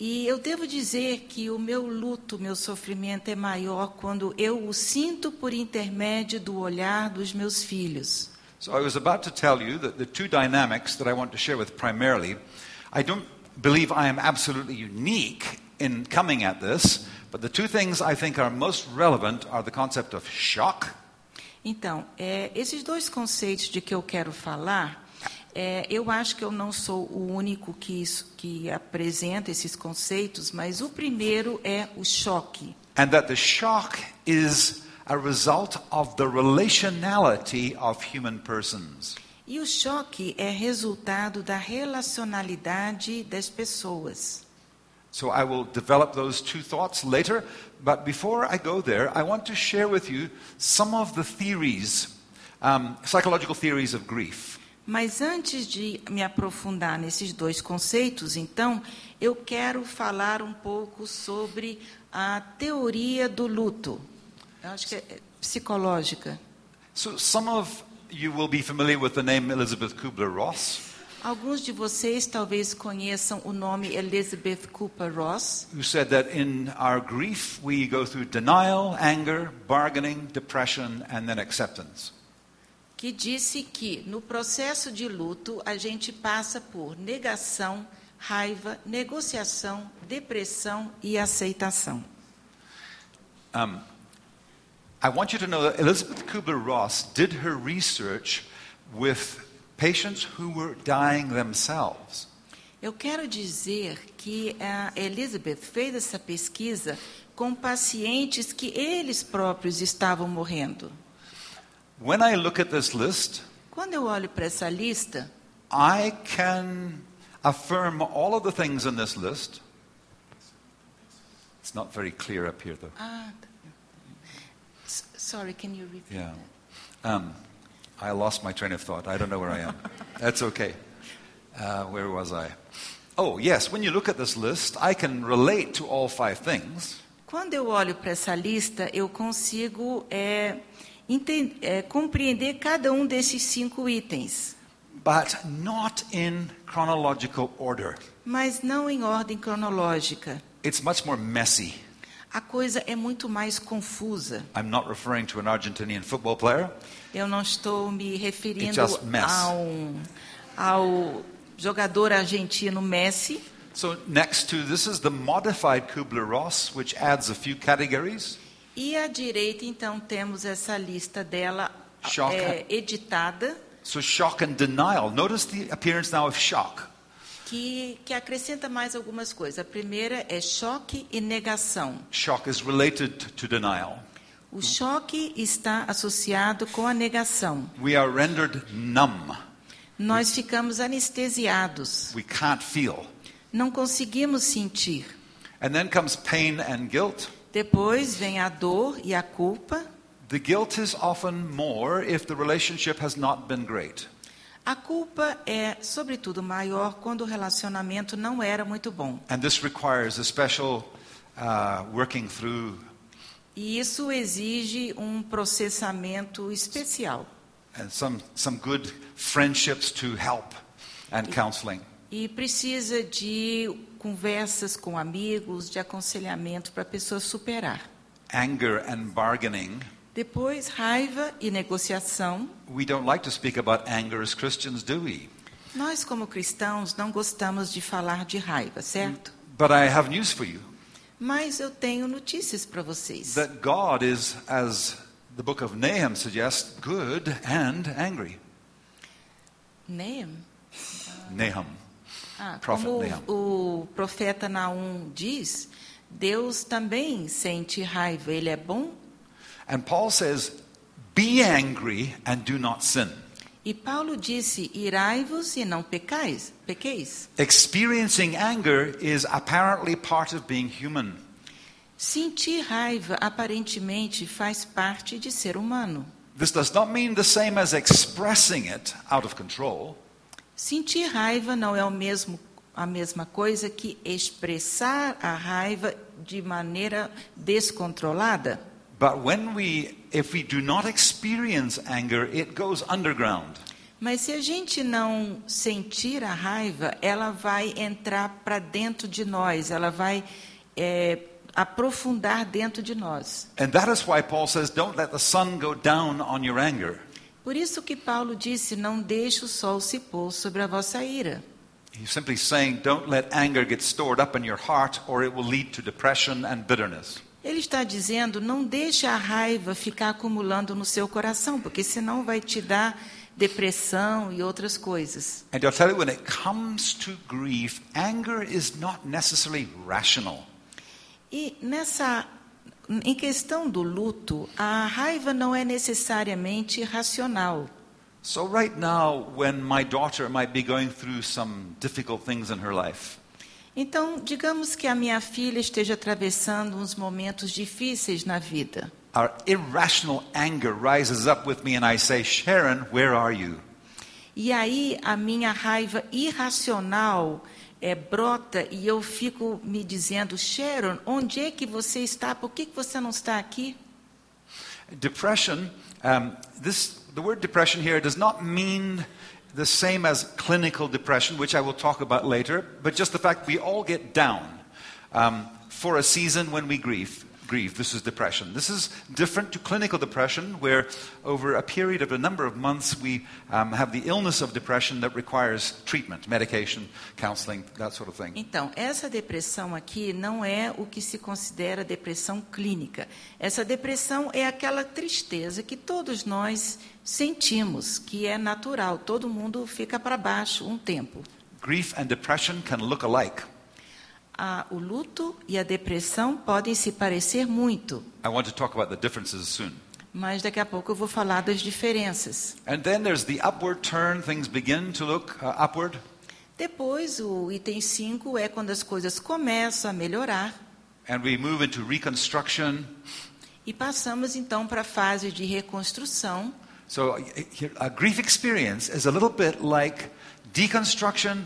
E eu devo dizer que o meu luto, meu sofrimento é maior quando eu o sinto por intermédio do olhar dos meus filhos.
So I was about to tell you that the two dynamics that I want to share with primarily, I don't believe I am absolutely unique in coming at this, but the two things I think are most relevant are the concept of shock
Então, é, esses dois conceitos de que eu quero falar, é, eu acho que eu não sou o único que, isso- que apresenta esses conceitos, mas o primeiro é o choque.
and that the shock is a result of the relationality of human persons.
E o choque é resultado da relacionalidade das pessoas.
So I will develop those two thoughts later. But before I go there, I want to share with you some of the theories, um, psychological theories of grief.
Mas antes de me aprofundar nesses dois conceitos, então, eu quero falar um pouco sobre a teoria do luto. Eu acho que é é psicológica.
So some of you will be familiar with the name Elizabeth Kubler Ross,
Alguns de vocês talvez conheçam o nome Elizabeth Cooper Ross.
who said that in our grief, we go through denial, anger, bargaining, depression, and then acceptance.
que disse que no processo de luto a gente passa por negação, raiva, negociação, depressão e aceitação.
Um, I want you to know that Elizabeth Kubler Ross did her research with patients who were dying themselves.
Eu quero dizer que a Elizabeth fez essa pesquisa com pacientes que eles próprios estavam morrendo.
When I look at this list,
Quando eu olho para essa lista,
I can affirm all of the things in this list. It's not very clear up here, though.
ah, tá. S- sorry, can you repeat?
Yeah.
that?
Um, I lost my train of thought. I don't know where I am. That's okay. Uh, where was I? Oh, yes, when you look at this list, I can relate to all five things.
Quando eu olho para essa lista, eu consigo é, enten- é, compreender cada um desses cinco itens,
But not in chronological order.
mas não em ordem cronológica.
It's much more messy.
A coisa é muito mais confusa.
I'm not referring to an Argentinian football player.
Eu não estou me referindo
just mess.
ao, ao jogador argentino Messi.
So next to this is the modified Kubler-Ross, which adds a few categories.
E à direita, então, temos essa lista dela
Choca.
é, editada,
So shock and denial. Notice the appearance now of shock.
que, que acrescenta mais algumas coisas. A primeira é choque e negação.
Shock is related to denial.
O choque está associado com a negação.
We are rendered numb.
Nós ficamos anestesiados,
We can't feel.
não conseguimos sentir.
And then comes pain and guilt.
Depois vem a dor e a culpa.
The guilt is often more if the relationship has not been great.
A culpa é, sobretudo, maior quando o relacionamento não era muito bom.
And this requires a special uh, working through.
E isso exige um processamento especial
and some, some good friendships to help and counseling.
e precisa de conversas com amigos, de aconselhamento para a pessoa superar.
Anger and bargaining.
Depois, raiva e negociação.
We don't like to speak about anger as Christians, do we?
Nós, como cristãos, não gostamos de falar de raiva, certo?
But I have news for you
Mas eu tenho notícias para vocês.
that God is, as the book of Nahum suggests, good and angry.
Nahum?
Nahum.
Ah,
Prophet
como
Nahum.
o profeta Naum diz, Deus também sente raiva. Ele é bom
And Paul says, be angry and do not sin.
E Paulo disse: Irai-vos e não pecais, pequeis.
Experiencing anger is apparently part of being human.
Sentir raiva aparentemente faz parte de ser humano.
This does not mean the same as expressing it out of control,
Sentir raiva não é o mesmo a mesma coisa que expressar a raiva de maneira descontrolada.
but when we if we do not experience anger, it goes underground.
Mas se a gente não sentir a raiva, ela vai entrar para dentro de nós, ela vai eh, aprofundar dentro de nós.
And that is why Paul says don't let the sun go down on your anger.
Por isso que Paulo disse: Não deixe o sol se pôr sobre a vossa ira.
He's simply saying don't let anger get stored up in your heart or it will lead to depression and bitterness.
Ele está dizendo: Não deixe a raiva ficar acumulando no seu coração, porque senão vai te dar depressão e outras coisas.
And I'll tell you when it comes to grief, anger is not necessarily rational.
E nessa em questão do luto, a raiva não é necessariamente racional.
So, right now, when my daughter might be going through some difficult things in her life,
Então, digamos que a minha filha esteja atravessando uns momentos difíceis na vida.
our irrational anger rises up with me and I say, Sharon, where are you?
E aí a minha raiva irracional é, brota e eu fico me dizendo, Sharon, onde é que você está? Por que, que você não está aqui?
Depression, um, this, the word depression here does not mean the same as clinical depression, which I will talk about later, but just the fact we all get down um, for a season when we grieve. Grieve, this is depression. This is different to clinical depression, where over a period of a number of months we um, have the illness of depression that requires treatment, medication, counseling, that sort of thing.
Então, essa depressão aqui não é o que se considera depressão clínica. Essa depressão é aquela tristeza que todos nós sentimos, que é natural, todo mundo fica para baixo um tempo.
Grief and depression can look alike.
A- Ah, o luto e a depressão podem se parecer muito,
I want to talk about the differences soon.
mas daqui a pouco eu vou falar das diferenças.
And then there's the upward turn, things begin to look uh, upward.
Depois, o item 5 é quando as coisas começam a melhorar
And we move into reconstruction.
e passamos então para a fase de reconstrução.
So uh, here- a grief experience is a little bit like deconstruction,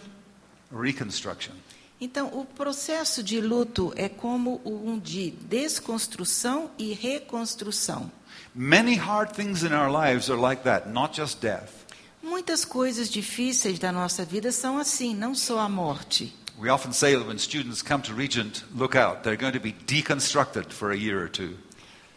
reconstruction.
Então, o processo de luto é como um de desconstrução e reconstrução.
Many hard things in our lives are like that, not just death.
Muitas coisas difíceis da nossa vida são assim, não só a morte.
We often say that when students come to Regent, look out, they're going to be deconstructed for a year or two.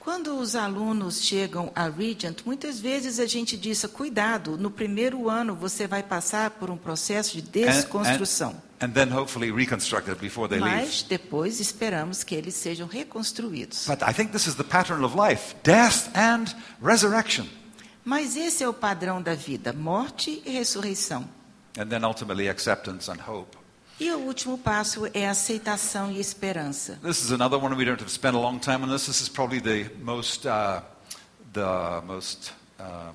Quando os alunos chegam a Regent, muitas vezes a gente diz: cuidado, no primeiro ano você vai passar por um processo de
And-
desconstrução.
And, and then hopefully reconstructed before they leave.
Mas depois esperamos que eles sejam reconstruídos.
But I think this is the pattern of life death and resurrection.
Mas esse é o padrão da vida: morte e ressurreição.
And then ultimately acceptance and hope.
E o último passo é aceitação e esperança.
This is another one we don't have to spend a long time on this. This is probably the most, uh, the most um,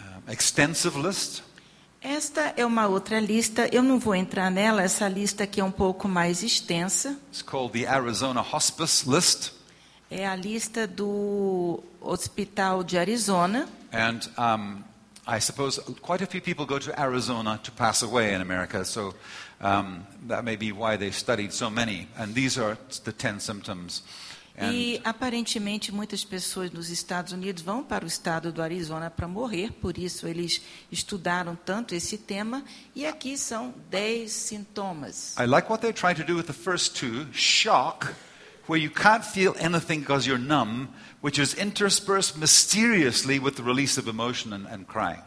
um, extensive list.
Esta é uma outra lista, eu não vou entrar nela, essa lista aqui é um pouco mais extensa.
It's called the Arizona Hospice List.
É a lista do Hospital de Arizona.
And um, I suppose quite a few people go to Arizona to pass away in America, so um, that may be why they studied so many. And these are the 10 symptoms. And
E aparentemente muitas pessoas nos Estados Unidos vão para o estado do Arizona para morrer, por isso eles estudaram tanto esse tema. E aqui são 10 sintomas.
I like what they're trying to do with the first two shock, where you can't feel anything because you're numb, which is interspersed mysteriously with the release of emotion and, and crying.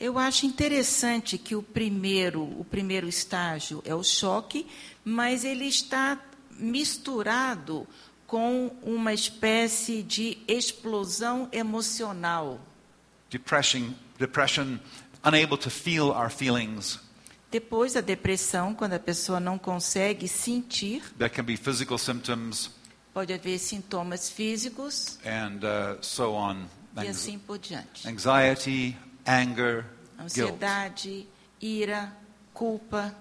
Eu acho interessante que o primeiro, o primeiro estágio é o choque, mas ele está misturado com uma espécie de explosão emocional,
Depression, depression, unable to feel our feelings.
Depois a depressão, quando a pessoa não consegue sentir,
There can be physical symptoms
pode haver sintomas físicos
and uh, so on.
e
Anx-
assim por diante.
Anxiety, anger, guilt,
Ansiedade, ira, culpa,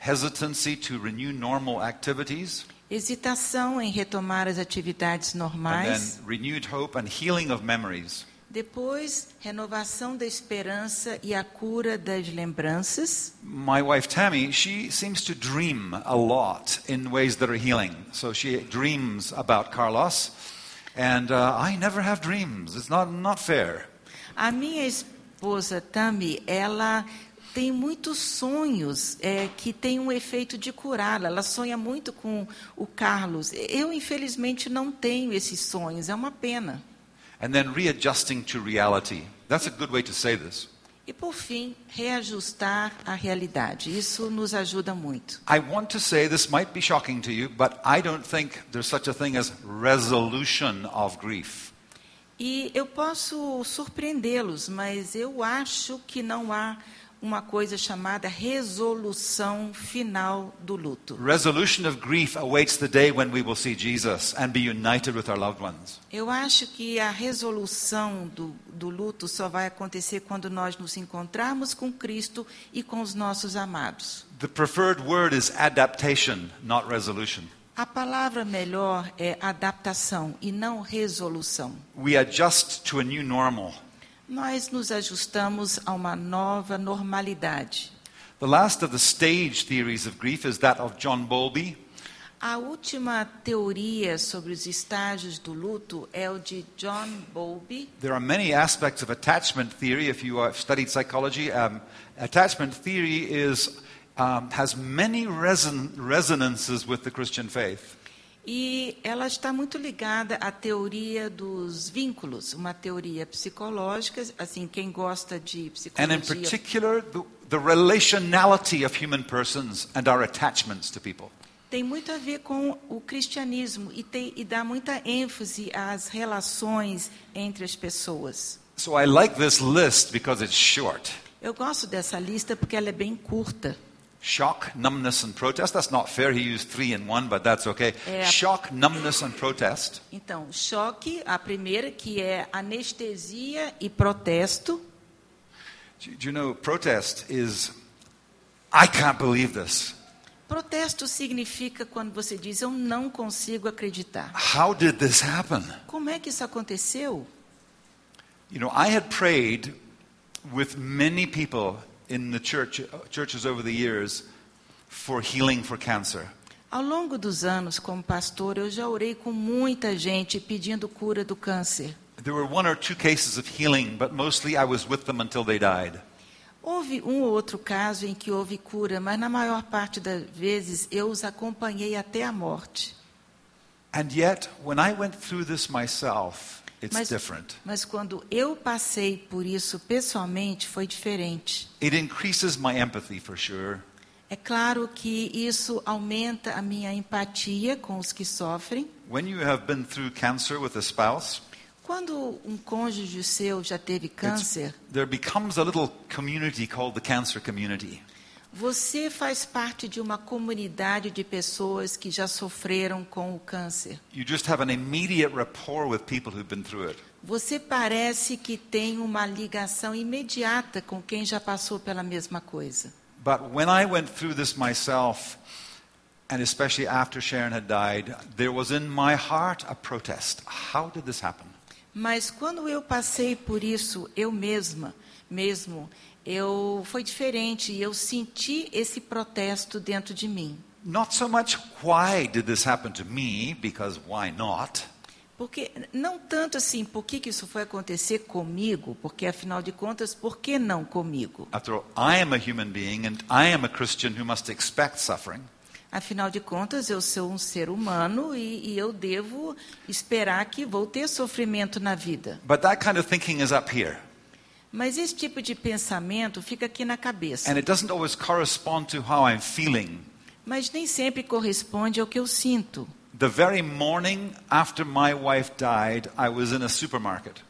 hesitancy to renew normal activities,
hesitação em retomar as atividades
and then
normais.
renewed hope and healing of memories.
Depois, renovação da esperança e a cura das lembranças.
My wife Tammy, she seems to dream a lot in ways that are healing. So she dreams about Carlos, and uh, I never have dreams. It's not, not fair.
A minha esposa Tami, ela tem muitos sonhos é, que tem um efeito de curá-la. Ela sonha muito com o Carlos. Eu, infelizmente, não tenho esses sonhos. É uma pena.
And then readjusting to reality. That's a good way to say this.
E, por fim, reajustar a realidade. Isso nos ajuda muito.
I want to say this might be shocking to you, but I don't think there's such a thing as resolution of grief.
E eu posso surpreendê-los, mas eu acho que não há uma coisa chamada resolução final do luto.
Resolution of grief awaits the day when we will see Jesus and be united with our loved ones.
Eu acho que a resolução do, do luto só vai acontecer quando nós nos encontrarmos com Cristo e com os nossos amados.
The preferred word is adaptation, not resolution.
A palavra melhor é adaptação e não resolução.
We adjust to a new normal.
Nós nos ajustamos a uma nova normalidade.
The last of the stage theories of grief is that of John Bowlby.
A última teoria sobre os estágios do luto é o de John Bowlby.
There are many aspects of attachment theory. If you uh, have studied psychology, um, attachment theory is, um, has many reson- resonances with the Christian faith.
E ela está muito ligada à teoria dos vínculos, uma teoria psicológica, assim, quem gosta de
And in
psicologia,
particular, the, the relationality of human persons and our attachments to people.
tem muito a ver com o cristianismo e, tem, e dá muita ênfase às relações entre as pessoas.
So I like this list because it's short.
Eu gosto dessa lista porque ela é bem curta.
Shock, numbness, and protest. That's not fair. He used three in one, but that's okay.
Yeah.
Shock, numbness, and protest.
Então, choque, a primeira, que é anestesia e protesto.
Do, do you know, protest is, I can't believe this.
Protesto significa quando você diz eu não consigo acreditar.
How did this happen?
Como é que isso aconteceu?
You know, I had prayed with many people in the church, churches over the years for healing for cancer.
Ao longo dos anos como pastor, eu já orei com muita gente pedindo cura do câncer.
There were one or two cases of healing, but mostly I was with them until they died.
Houve um ou outro caso em que houve cura, mas na maior parte das vezes eu os acompanhei até a morte.
And yet, when I went through this myself, it's
Mas,
different.
mas quando eu passei por isso pessoalmente, foi diferente.
It increases my empathy for sure.
É claro que isso aumenta a minha empatia com os que sofrem.
When you have been through cancer with a spouse,
Quando um cônjuge seu já teve
it's-
câncer,
there becomes a little community called the cancer community.
Você faz parte de uma comunidade de pessoas que já sofreram com o câncer.
You just have an immediate rapport with people who've been through it.
Você parece que tem uma ligação imediata com quem já passou pela mesma coisa.
But when I went through this myself, and especially after Sharon had died, there was in my heart a protest. How did this happen?
Mas quando eu passei por isso eu mesma, mesmo, eu foi diferente e eu senti esse protesto dentro de mim.
Not so much why did this happen to me, because why not?
Porque não tanto assim, por que, que isso foi acontecer comigo? Porque afinal de contas, por que não comigo?
After all, I am a human being and I am a Christian who must expect suffering.
Afinal de contas, eu sou um ser humano e, e eu devo esperar que vou ter sofrimento na vida.
But that kind of thinking is up here.
Mas esse tipo de pensamento fica aqui na
And
cabeça,
it doesn't always correspond to how I'm feeling.
mas nem sempre corresponde ao que eu sinto.
The very morning after my wife died, I was in a supermarket.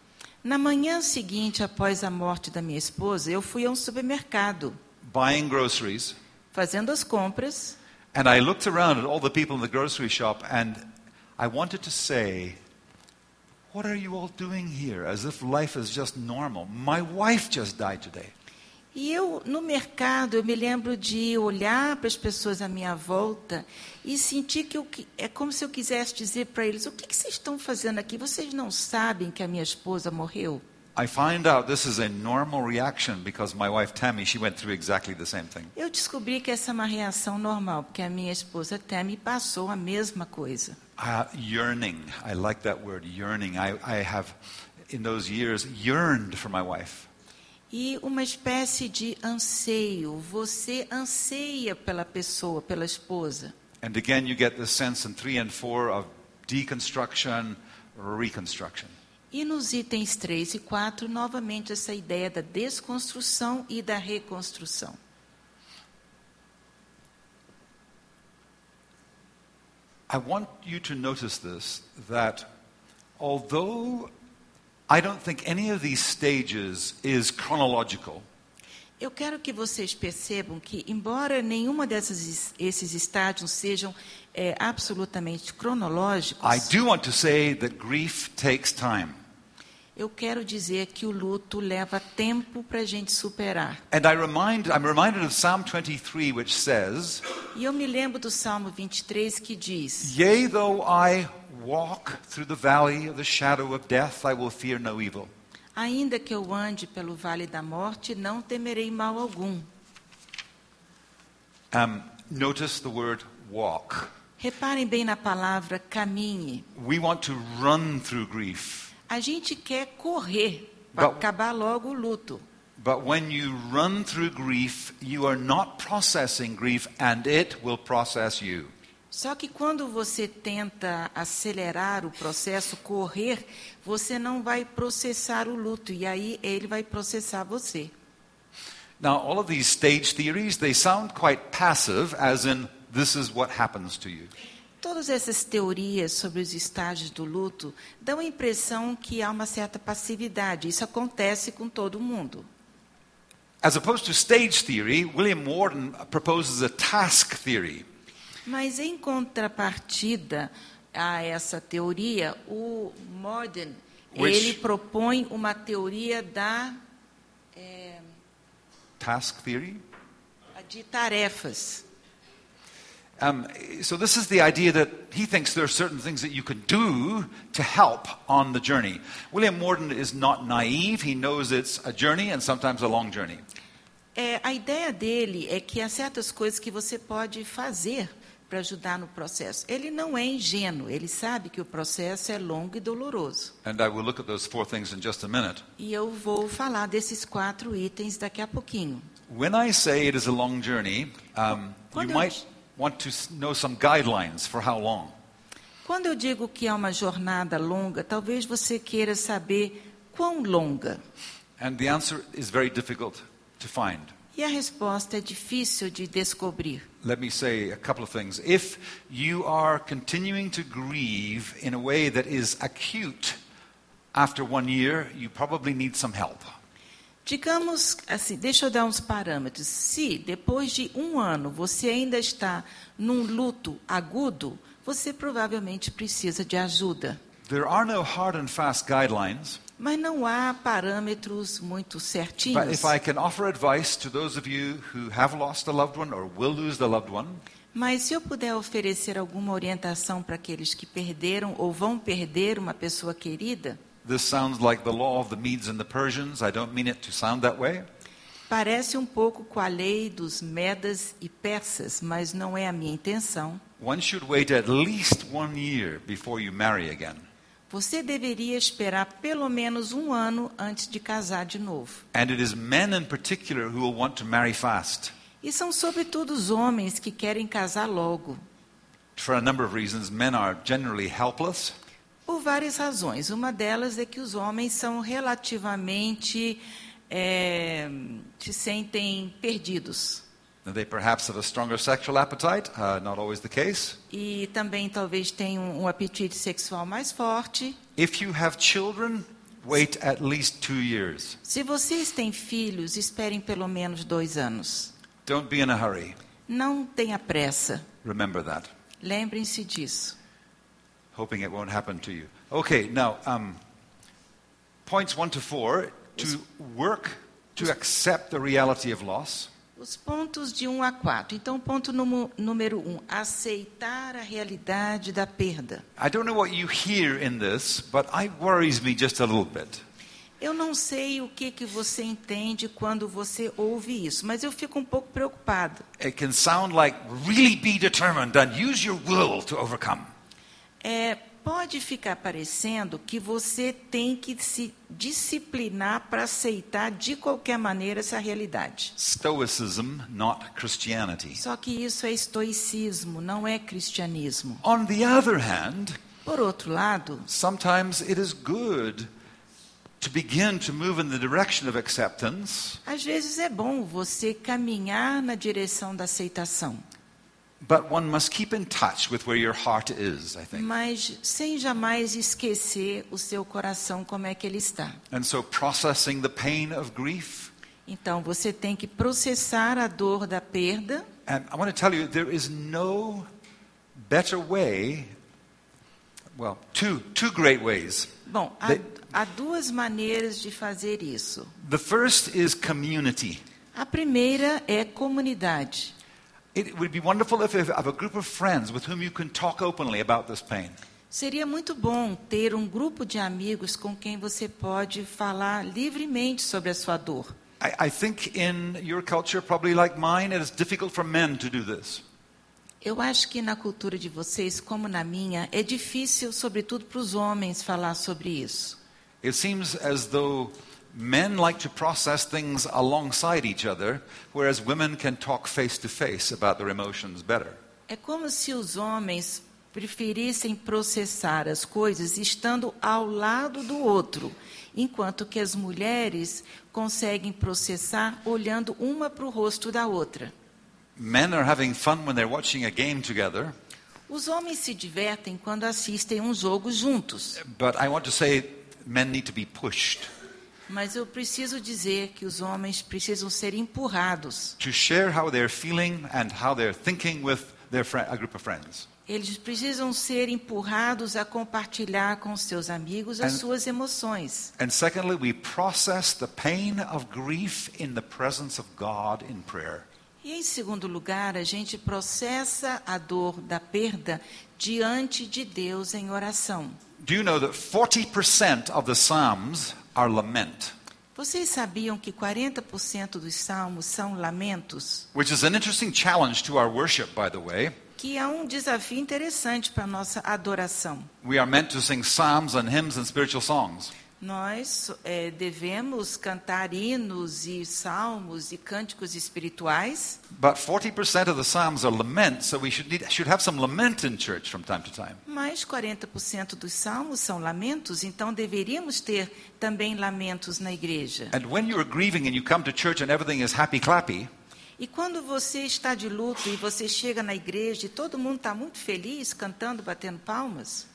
Na manhã seguinte, após a morte da minha esposa, eu fui a um supermercado
buying groceries,
fazendo as compras
and I looked around at all the people in the grocery shop, and I wanted to say, What are you all doing here? As if life is just normal. My wife just died today.
E eu, no mercado, eu me lembro de olhar para as pessoas à minha volta e sentir que eu que- é como se eu quisesse dizer para eles: o que, que vocês estão fazendo aqui? Vocês não sabem que a minha esposa morreu?
I find out this is a normal reaction because my wife Tammy, she went through exactly the same thing.
Eu descobri que essa é uma reação normal, porque a minha esposa Tammy passou a mesma coisa.
Uh, yearning. I like that word, yearning. I, I have, in those years, yearned for my wife.
E uma espécie de anseio. Você anseia pela pessoa, pela esposa.
And again, you get the sense in three and four of deconstruction, reconstruction.
E nos itens 3 e 4, novamente essa ideia da desconstrução e da reconstrução.
I want you to notice this that although I don't think any of these stages is chronological,
Eu quero que vocês percebam que, embora nenhuma desses esses estágios sejam eh, absolutamente cronológicos,
I do want to say that grief takes time.
eu quero dizer que o luto leva tempo para a gente superar.
And I remind, I'm reminded of Psalm 23, which says,
E eu me lembro do Salmo 23 que diz:
Yea, though I walk through the valley of the shadow of death, I will fear no evil.
Ainda que eu ande pelo vale da morte, não temerei mal algum.
Um, notice the word walk.
Reparem bem na palavra caminhe.
We want to run through grief.
A gente quer correr para
Ba-
acabar logo o luto.
But when you run through grief, you are not processing grief, and it will process you.
Só que quando você tenta acelerar o processo, correr, você não vai processar o luto e aí ele vai processar você.
Now, all of these stage theories, they sound quite passive, as in, this is what happens to you.
Todas essas teorias sobre os estágios do luto dão a impressão que há uma certa passividade. Isso acontece com todo mundo.
As opposed to stage theory, William Warden proposes a task theory.
Mas em contrapartida a essa teoria, o Morden
Which-
ele propõe uma teoria da eh,
Task theory?
de tarefas.
Um, so, this is the idea that he thinks there are certain things that you can do to help on the journey. William Warden is not naive, he knows it's a journey and sometimes a long journey.
É, a ideia dele é que há certas coisas que você pode fazer para ajudar no processo. Ele não é ingênuo, ele sabe que o processo é longo e doloroso.
And I will look at those four things in just a minute.
E eu vou falar desses quatro itens daqui a pouquinho.
When I say it is a long journey, um, you
Quando eu-
might want to s- know some guidelines for how long.
Quando eu digo que é uma jornada longa, talvez você queira saber quão longa.
And the answer is very difficult to find.
E a resposta é difícil de descobrir.
Let me say a couple of things. If you are continuing to grieve in a way that is acute after one year, you probably need some help.
Digamos assim, deixa eu dar uns parâmetros. Se depois de um ano você ainda está num luto agudo, você provavelmente precisa de ajuda.
There are no hard and fast guidelines,
Mas não há parâmetros muito
but
certinhos.
if I can offer advice to those of you who have lost a loved one or will lose a loved one,
Mas se eu puder oferecer alguma orientação para aqueles que perderam ou vão perder uma pessoa querida,
this sounds like the law of the Medes and the Persians. I don't mean it to sound that way.
parece um pouco com a lei dos Medas e Persas, mas não é a minha intenção.
One should wait at least one year before you marry again.
Você deveria esperar pelo menos um ano antes de casar de novo.
And it is men in particular who will want to marry fast
E são sobretudo os homens que querem casar logo,
for a number of reasons. Men are generally helpless.
por várias razões. Uma delas é que os homens são relativamente. eh, se sentem perdidos.
They perhaps have a stronger sexual appetite, uh, not always the case.
E também talvez tenham um apetite sexual mais forte.
If you have children, wait at least two years.
Se vocês têm filhos, esperem pelo menos dois anos.
Don't be in a hurry.
Não tenha pressa.
Remember that.
Lembrem-se disso.
Hoping it won't happen to you. Okay, now, um, points one to four to work to accept the reality of loss.
Os pontos de 1 a 4. Então, ponto numo- número 1, aceitar a realidade da perda.
I don't know what you hear in this, but it worries me just a little bit.
Eu não sei o que, que você entende quando você ouve isso, mas eu fico um pouco preocupado.
It can sound like really be determined and use your will to overcome.
É, pode ficar parecendo que você tem que se disciplinar para aceitar de qualquer maneira essa realidade.
Stoicism, not Christianity.
Só que isso é estoicismo, não é cristianismo.
On the other hand,
Por outro lado,
sometimes it is good to begin to move in the direction of acceptance,
às vezes é bom você caminhar na direção da aceitação,
but one must keep in touch with where your heart is, I
Mm.
think.
mas sem jamais esquecer o seu coração como é que ele está.
And so processing the pain of grief.
Então você tem que processar a dor da perda.
And I want to tell you, there is no better way, well, two, two great ways.
Bom, há,
Bem-
há duas maneiras de fazer isso.
The first is community.
A primeira é comunidade.
It would be wonderful if you have a group of friends with whom you can talk openly about this pain.
Seria muito bom ter um grupo de amigos com quem você pode falar livremente sobre a sua dor.
I, I think in your culture, probably like mine, it is difficult for men to do this.
Eu acho que na cultura de vocês, como na minha, é difícil, sobretudo para os homens, falar sobre isso.
It seems as though men like to process things alongside each other, whereas women can talk face to face about their emotions better.
É como se os homens preferissem processar as coisas estando ao lado do outro, enquanto que as mulheres conseguem processar olhando uma para o rosto da outra.
Men are having fun when they're watching a game together,
Os homens se divertem quando assistem um jogo juntos,
but I want to say men need to be pushed
mas eu preciso dizer que os homens precisam ser empurrados.
to share how they're feeling and how they're thinking with their fri a group of friends.
Eles precisam ser empurrados a compartilhar com seus amigos as
And-
suas emoções.
And secondly, we process the pain of grief in the presence of God in prayer.
E em segundo lugar, a gente processa a dor da perda diante de Deus em oração.
Do you know that 40% of the Psalms are lament?
Vocês sabiam que 40% dos salmos são lamentos?
Which is an interesting challenge to our worship, by the way.
Que é um desafio interessante para a nossa adoração.
We are meant to sing psalms and hymns and spiritual songs.
Nós eh, devemos cantar hinos e salmos e cânticos espirituais,
But 40% of the psalms are lament, so we should, need, should have some lament in church from time to time.
Mas 40% dos salmos são lamentos, então deveríamos ter também lamentos na igreja.
And when you are grieving and you come to church and everything is happy clappy,
E quando você está de luto e você chega na igreja e todo tá mundo está muito feliz, cantando, batendo palmas,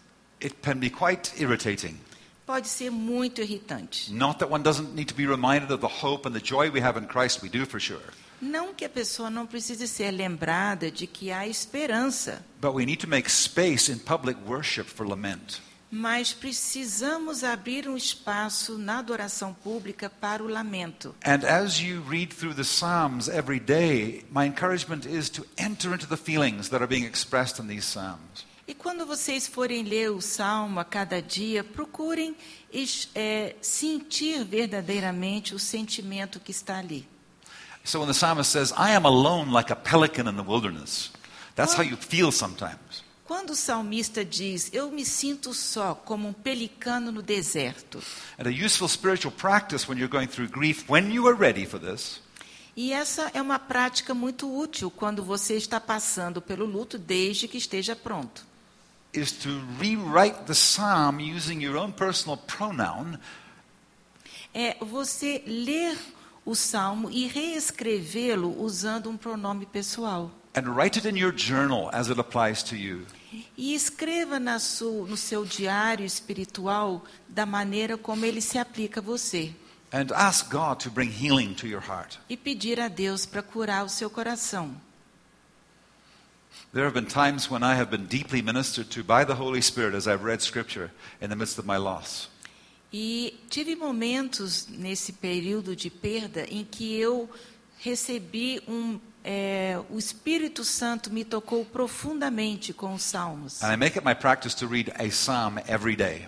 it can be quite irritating.
pode ser muito irritante.
Not that one doesn't need to be reminded of the hope and the joy we have in Christ, we do for sure.
Não que a pessoa não precise ser lembrada de que há esperança,
But we need to make space in public worship for lament.
mas precisamos abrir um espaço na adoração pública para o lamento.
And as you read through the Psalms every day, my encouragement is to enter into the feelings that are being expressed in these Psalms.
E quando vocês forem ler o salmo a cada dia, procurem es- é, sentir verdadeiramente o sentimento que está ali.
So when the psalmist says, I am alone like a pelican in the wilderness, that's how you feel sometimes.
Quando o salmista diz, Eu me sinto só como um pelicano no deserto.
And a useful spiritual practice when you're going through grief, when you are ready for this,
E essa é uma prática muito útil quando você está passando pelo luto desde que esteja pronto.
is to rewrite the psalm using your own personal pronoun
É você ler o salmo e reescrevê-lo usando um pronome pessoal.
and write it in your journal as it applies to you.
E escreva na su- no seu diário espiritual da maneira como ele se aplica a você.
And ask God to bring healing to your heart.
E pedir a Deus para curar o seu coração.
There have been times when I have been deeply ministered to by the Holy Spirit as I've read Scripture in the midst of my loss.
E tive momentos nesse período de perda em que eu recebi um. é, o Espírito Santo me tocou profundamente com os salmos.
And I make it my practice to read a psalm every day,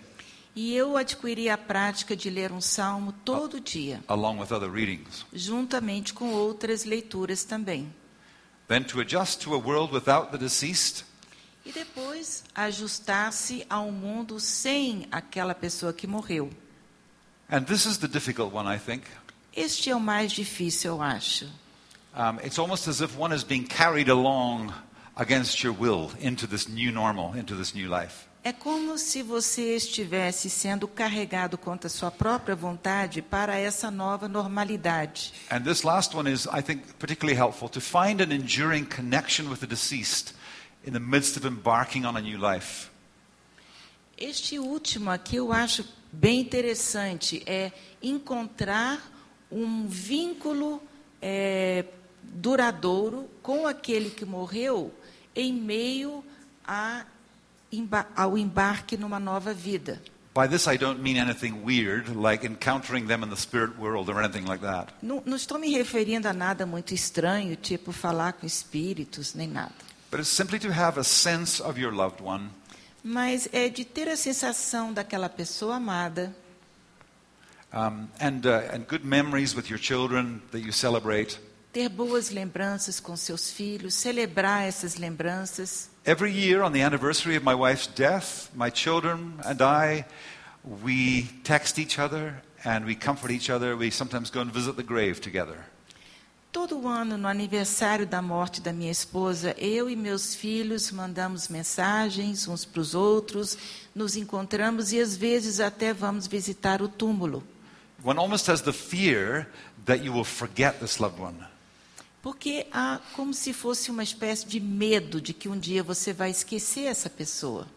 E eu adquiri a prática de ler um salmo todo dia,
along with other readings.
juntamente com outras leituras também.
Then to adjust to a world without the deceased,
E depois ajustar-se a um mundo sem aquela pessoa que morreu.
and this is the difficult one, I think.
Este é o mais difícil, eu acho.
Um, it's almost as if one is being carried along against your will into this new normal, into this new life.
É como se você estivesse sendo carregado contra sua própria vontade para essa nova normalidade.
And this last one is, I think, particularly helpful to find an enduring connection with the deceased in the midst of embarking on a new life.
Este último aqui eu acho bem interessante é encontrar um vínculo é, duradouro com aquele que morreu em meio a emba- ao embarque numa nova vida.
By this, I don't mean anything weird, like encountering them in the spirit world or anything like that.
Não, não estou me referindo a nada muito estranho, tipo falar com espíritos nem nada,
But it's simply to have a sense of your loved one
mas é de ter a sensação daquela pessoa amada
um, and, uh, and good memories with your children that you celebrate.
ter boas lembranças com seus filhos, celebrar essas lembranças.
Every year, on the anniversary of my wife's death, my children and I, we text each other and we comfort each other. We sometimes go and visit the grave together.
Todo ano, no aniversário da morte da minha esposa, eu e meus filhos mandamos mensagens uns para os outros, nos encontramos e às vezes até vamos visitar o túmulo.
One almost has the fear that you will forget this loved one.
Porque há como se fosse uma espécie de medo de que um dia você vai esquecer essa pessoa.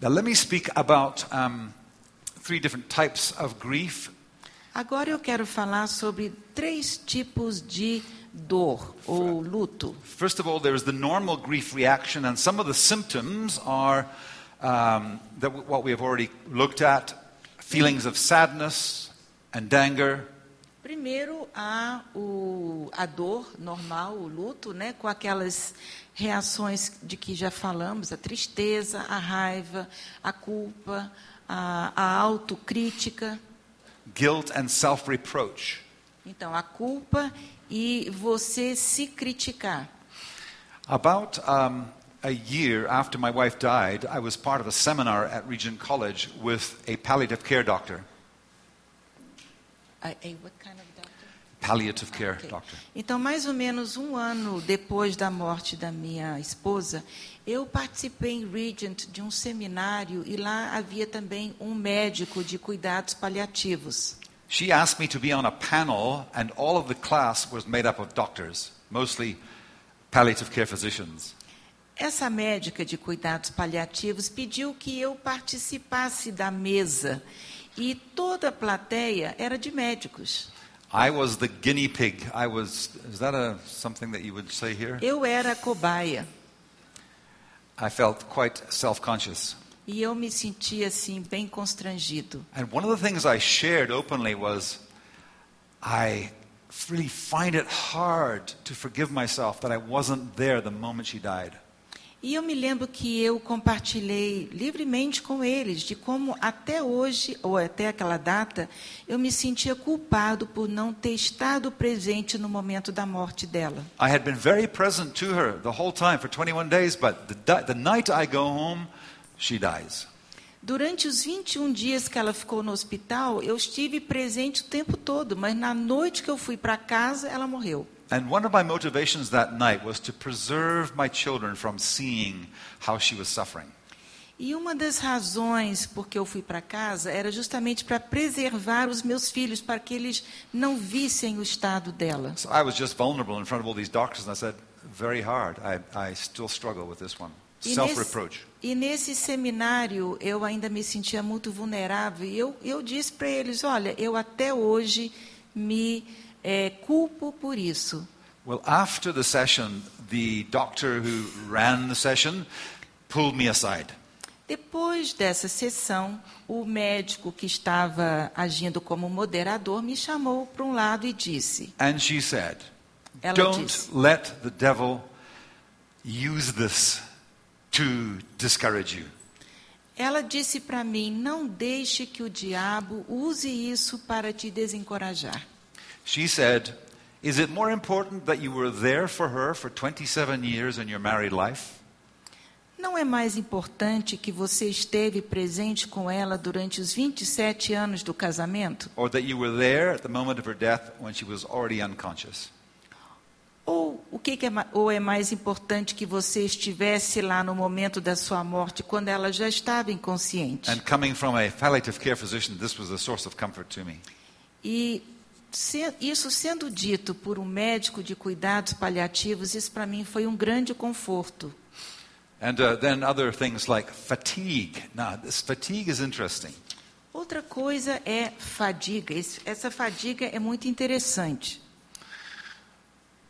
Now, let me speak about um, three different types of grief.
Agora eu quero falar sobre três tipos de dor ou luto.
First of all, there is the normal grief reaction, and some of the symptoms are um, that w- what we have already looked at feelings of sadness and anger.
Primeiro há o, a dor normal, o luto, né, com aquelas reações de que já falamos, a tristeza, a raiva, a culpa, a, a autocrítica.
guilt and self reproach.
Então, a culpa e você se criticar.
About um, a year after my wife died, I was part of a seminar at Regent College with a palliative care doctor.
A- a- what kind of doctor?
Palliative care
Ok.
doctor.
Então, mais ou menos um ano depois da morte da minha esposa, eu participei em Regent de um seminário e lá havia também um médico de cuidados paliativos.
She asked me to be on a panel, and all of the class was made up of doctors, mostly palliative care physicians.
Essa médica de cuidados paliativos pediu que eu participasse da mesa e toda a plateia era de médicos.
I was the guinea pig. I was, is that a, something that you would say here?
Eu era a cobaia
I felt quite self conscious.
e eu me sentia assim bem constrangido.
And one of the things I shared openly was I really find it hard to forgive myself that I wasn't there the moment she died.
E eu me lembro que eu compartilhei livremente com eles de como até hoje, ou até aquela data, eu me sentia culpado por não ter estado presente no momento da morte dela.
I had been very present to her the whole time for 21 days, but the, di- the night I go home, she dies.
Durante os 21 dias que ela ficou no hospital, eu estive presente o tempo todo, mas na noite que eu fui para casa, ela morreu.
And one of my motivations that night was to preserve my children from seeing how she was suffering.
E uma das razões por que eu fui para casa era justamente para preservar os meus filhos, para que eles não vissem o estado dela.
So I was just vulnerable in front of all these doctors, and I said, very hard. I, I still struggle with this one.
E
Self
nesse-
reproach.
E nesse seminário eu ainda me sentia muito vulnerável. E eu, eu disse para eles: olha, eu até hoje me eh, culpo por isso.
Well, after the session, the doctor who ran the session pulled me aside.
Depois dessa sessão, o médico que estava agindo como moderador me chamou para um lado e disse:
And she said,
Ela
Don't
disse.
let the devil use this to discourage you.
Ela disse para mim: não deixe que o diabo use isso para te desencorajar.
She said, Is it more important that you were there for her for 27 years in your married life?
Não é mais importante que você esteve presente com ela durante os 27 anos do casamento?
Or that you were there at the moment of her death when she was already unconscious?
Ou o que, que é, ma- ou é mais importante que você estivesse lá no momento da sua morte, quando ela já estava inconsciente?
And coming from a palliative care physician, this was a source of comfort to me.
E se- isso sendo dito por um médico de cuidados paliativos, isso para mim foi um grande conforto.
And uh, then other things like fatigue. Now, this fatigue is interesting.
Outra coisa é fadiga. Esse- essa fadiga é muito interessante.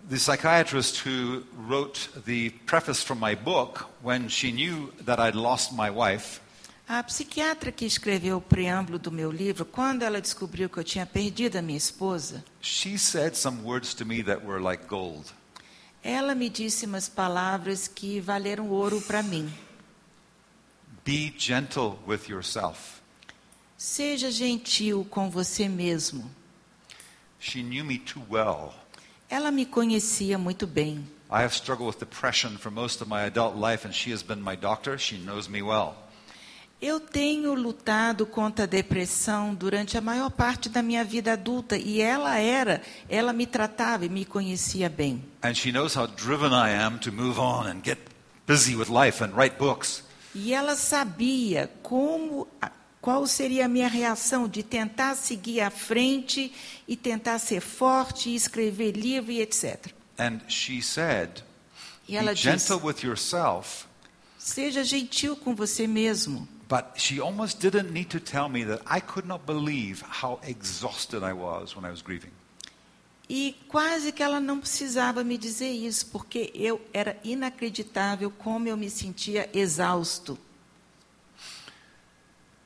The psychiatrist who wrote the preface from my book, when she knew that I'd lost my wife,
A psiquiatra que escreveu o preâmbulo do meu livro, quando ela descobriu que eu tinha perdido a minha esposa,
she said some words to me that were like gold.
ela me disse umas palavras que valeram ouro para mim.
Be gentle with yourself.
Seja gentil com você mesmo.
She knew me too well.
Ela me conhecia muito bem.
I have struggled with depression for most of my adult life, and she has been my doctor. She knows me well.
Eu tenho lutado contra a depressão durante a maior parte da minha vida adulta e ela era, ela me tratava e me conhecia bem.
And she knows how driven I am to move on and get busy with life and write books.
E ela sabia como a- qual seria a minha reação de tentar seguir à frente e tentar ser forte, e escrever livro e etc.
And she said,
E ela
Be gentle
disse:
with yourself.
"Seja gentil com você mesmo".
But she almost didn't need to tell me that I could not believe how exhausted I was when I was grieving.
E quase que ela não precisava me dizer isso, porque eu era inacreditável como eu me sentia exausto.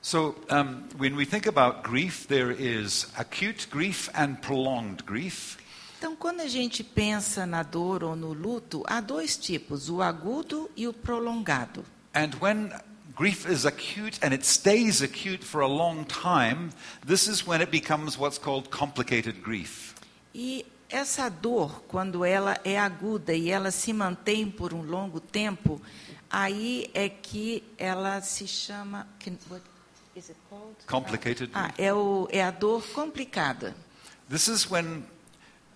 So, um, when we think about grief, there is acute grief and prolonged grief.
Então, quando a gente pensa na dor ou no luto, há dois tipos, o agudo e o prolongado.
And when grief is acute and it stays acute for a long time, this is when it becomes what's called complicated grief.
E essa dor, quando ela é aguda e ela se mantém por um longo tempo, aí é que ela se chama. can- what is it called?
Complicated.
Ah, é, o, é a dor complicada.
This is when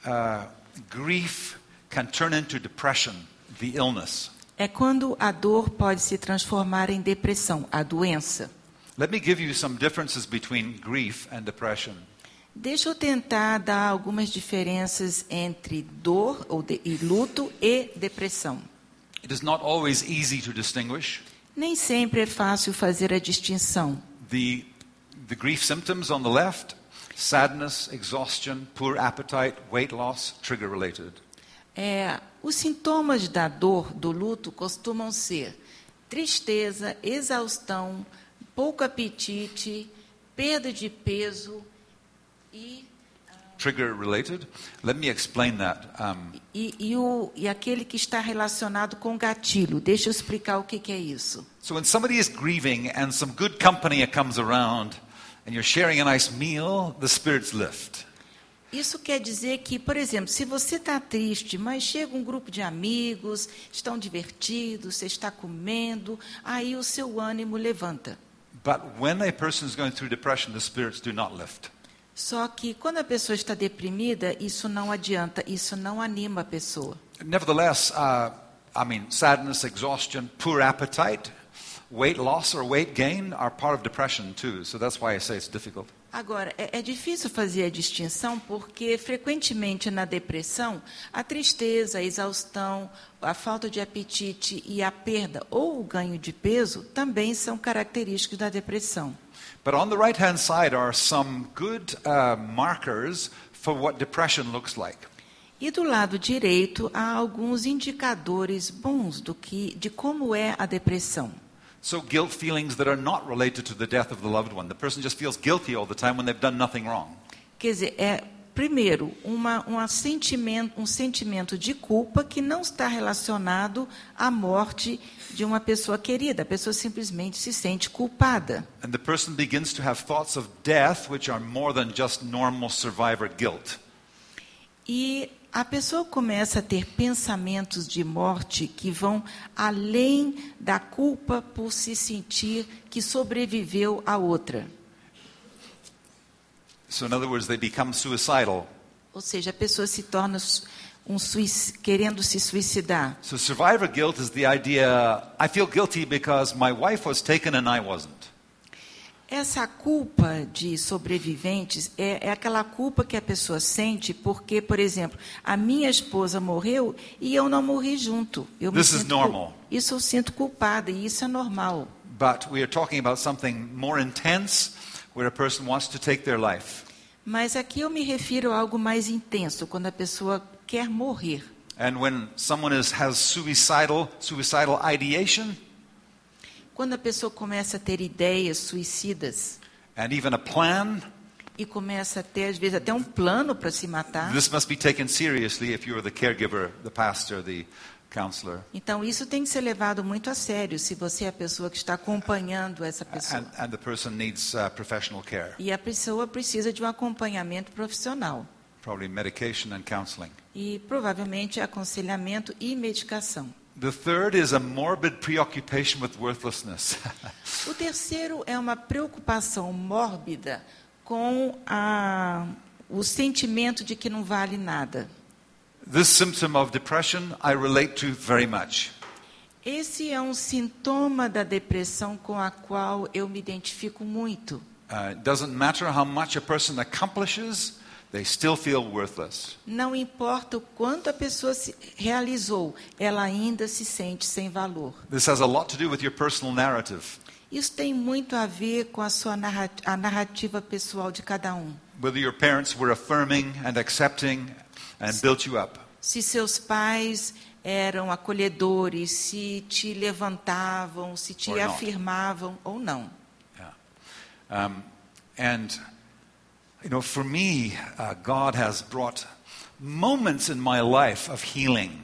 uh, grief can turn into depression, the illness.
É quando a dor pode se transformar em depressão, a doença.
Let me give you some differences between grief and depression.
Deixa eu tentar dar algumas diferenças entre dor ou de- e luto e depressão.
It is not always easy to distinguish
Nem sempre é fácil fazer a distinção.
the, the grief symptoms on the left sadness, exhaustion, poor appetite, weight loss, trigger related.
É, os sintomas da dor, do luto, costumam ser tristeza, exaustão, pouco apetite, perda de peso e,
Trigger related? Let me explain that. Um,
e, e o, e aquele que está relacionado com gatilho. Deixa eu explicar o que, que é isso.
so, when somebody is grieving and some good company comes around and you're sharing a nice meal, the spirits lift.
Isso quer dizer que, por exemplo, se você está triste, mas chega um grupo de amigos, estão divertidos, você está comendo, aí o seu ânimo levanta.
But when a person is going through depression, the spirits do not lift.
Só que quando a pessoa está deprimida, isso não adianta, isso não anima a pessoa.
Nevertheless, uh, I mean, sadness, exhaustion, poor appetite, weight loss or weight gain are part of depression too. So that's why I say it's difficult.
Agora, é, é difícil fazer a distinção porque, frequentemente na depressão, a tristeza, a exaustão, a falta de apetite e a perda ou o ganho de peso também são característicos da depressão.
But on the right hand side are some good uh, markers for what depression looks like.
E do lado direito há alguns indicadores bons do que, de como é a depressão.
So, guilt feelings that are not related to the death of the loved one. The person just feels guilty all the time when they've done nothing wrong.
Quer dizer, é primeiro uma, uma sentimento, um sentimento de culpa que não está relacionado à morte de uma pessoa querida. A pessoa simplesmente se sente culpada.
And the person begins to have thoughts of death which are more than just normal survivor guilt.
E a pessoa começa a ter pensamentos de morte que vão além da culpa por se sentir que sobreviveu a outra.
So, in other words, they become suicidal.
Ou seja, a pessoa se torna su- um suic- querendo se suicidar.
So, survivor guilt is the idea I feel guilty because my wife was taken and I wasn't.
Essa culpa de sobreviventes é, é aquela culpa que a pessoa sente porque, por exemplo, a minha esposa morreu e eu não morri junto. Eu me
This is
sinto cul-
normal.
Isso eu sinto culpada e isso é normal.
But we are talking about something more intense where a person wants to take their life.
Mas aqui eu me refiro a algo mais intenso, quando a pessoa quer morrer.
And when someone is, has suicidal, suicidal ideation
Quando a pessoa começa a ter ideias suicidas
and even a plan,
e começa a ter, às vezes, até um plano para se matar.
this must be taken seriously if you're the caregiver, the pastor, the counselor.
Então, isso tem que ser levado muito a sério, se você é a pessoa que está acompanhando essa pessoa.
And, and the person needs uh, professional care,
E a pessoa precisa de um acompanhamento profissional.
probably medication and counseling.
E provavelmente aconselhamento e medicação.
The third is a morbid preoccupation with worthlessness.
O terceiro é uma preocupação mórbida com a, o sentimento de que não vale nada.
This symptom of depression I relate to very much.
Esse é um sintoma da depressão com a qual eu me identifico muito.
Uh, it doesn't matter how much a person accomplishes, they still feel worthless.
Não importa o quanto a pessoa se realizou, ela ainda se sente sem valor.
This has a lot to do with your personal narrative,
Isso tem muito a ver com a sua narra- a narrativa pessoal de cada um.
whether your parents were affirming and accepting and built you up.
Se seus pais eram acolhedores, se te levantavam, se te
Or not.
afirmavam ou não.
Yeah. Um, and, you know, for me, uh, God has brought moments in my life of healing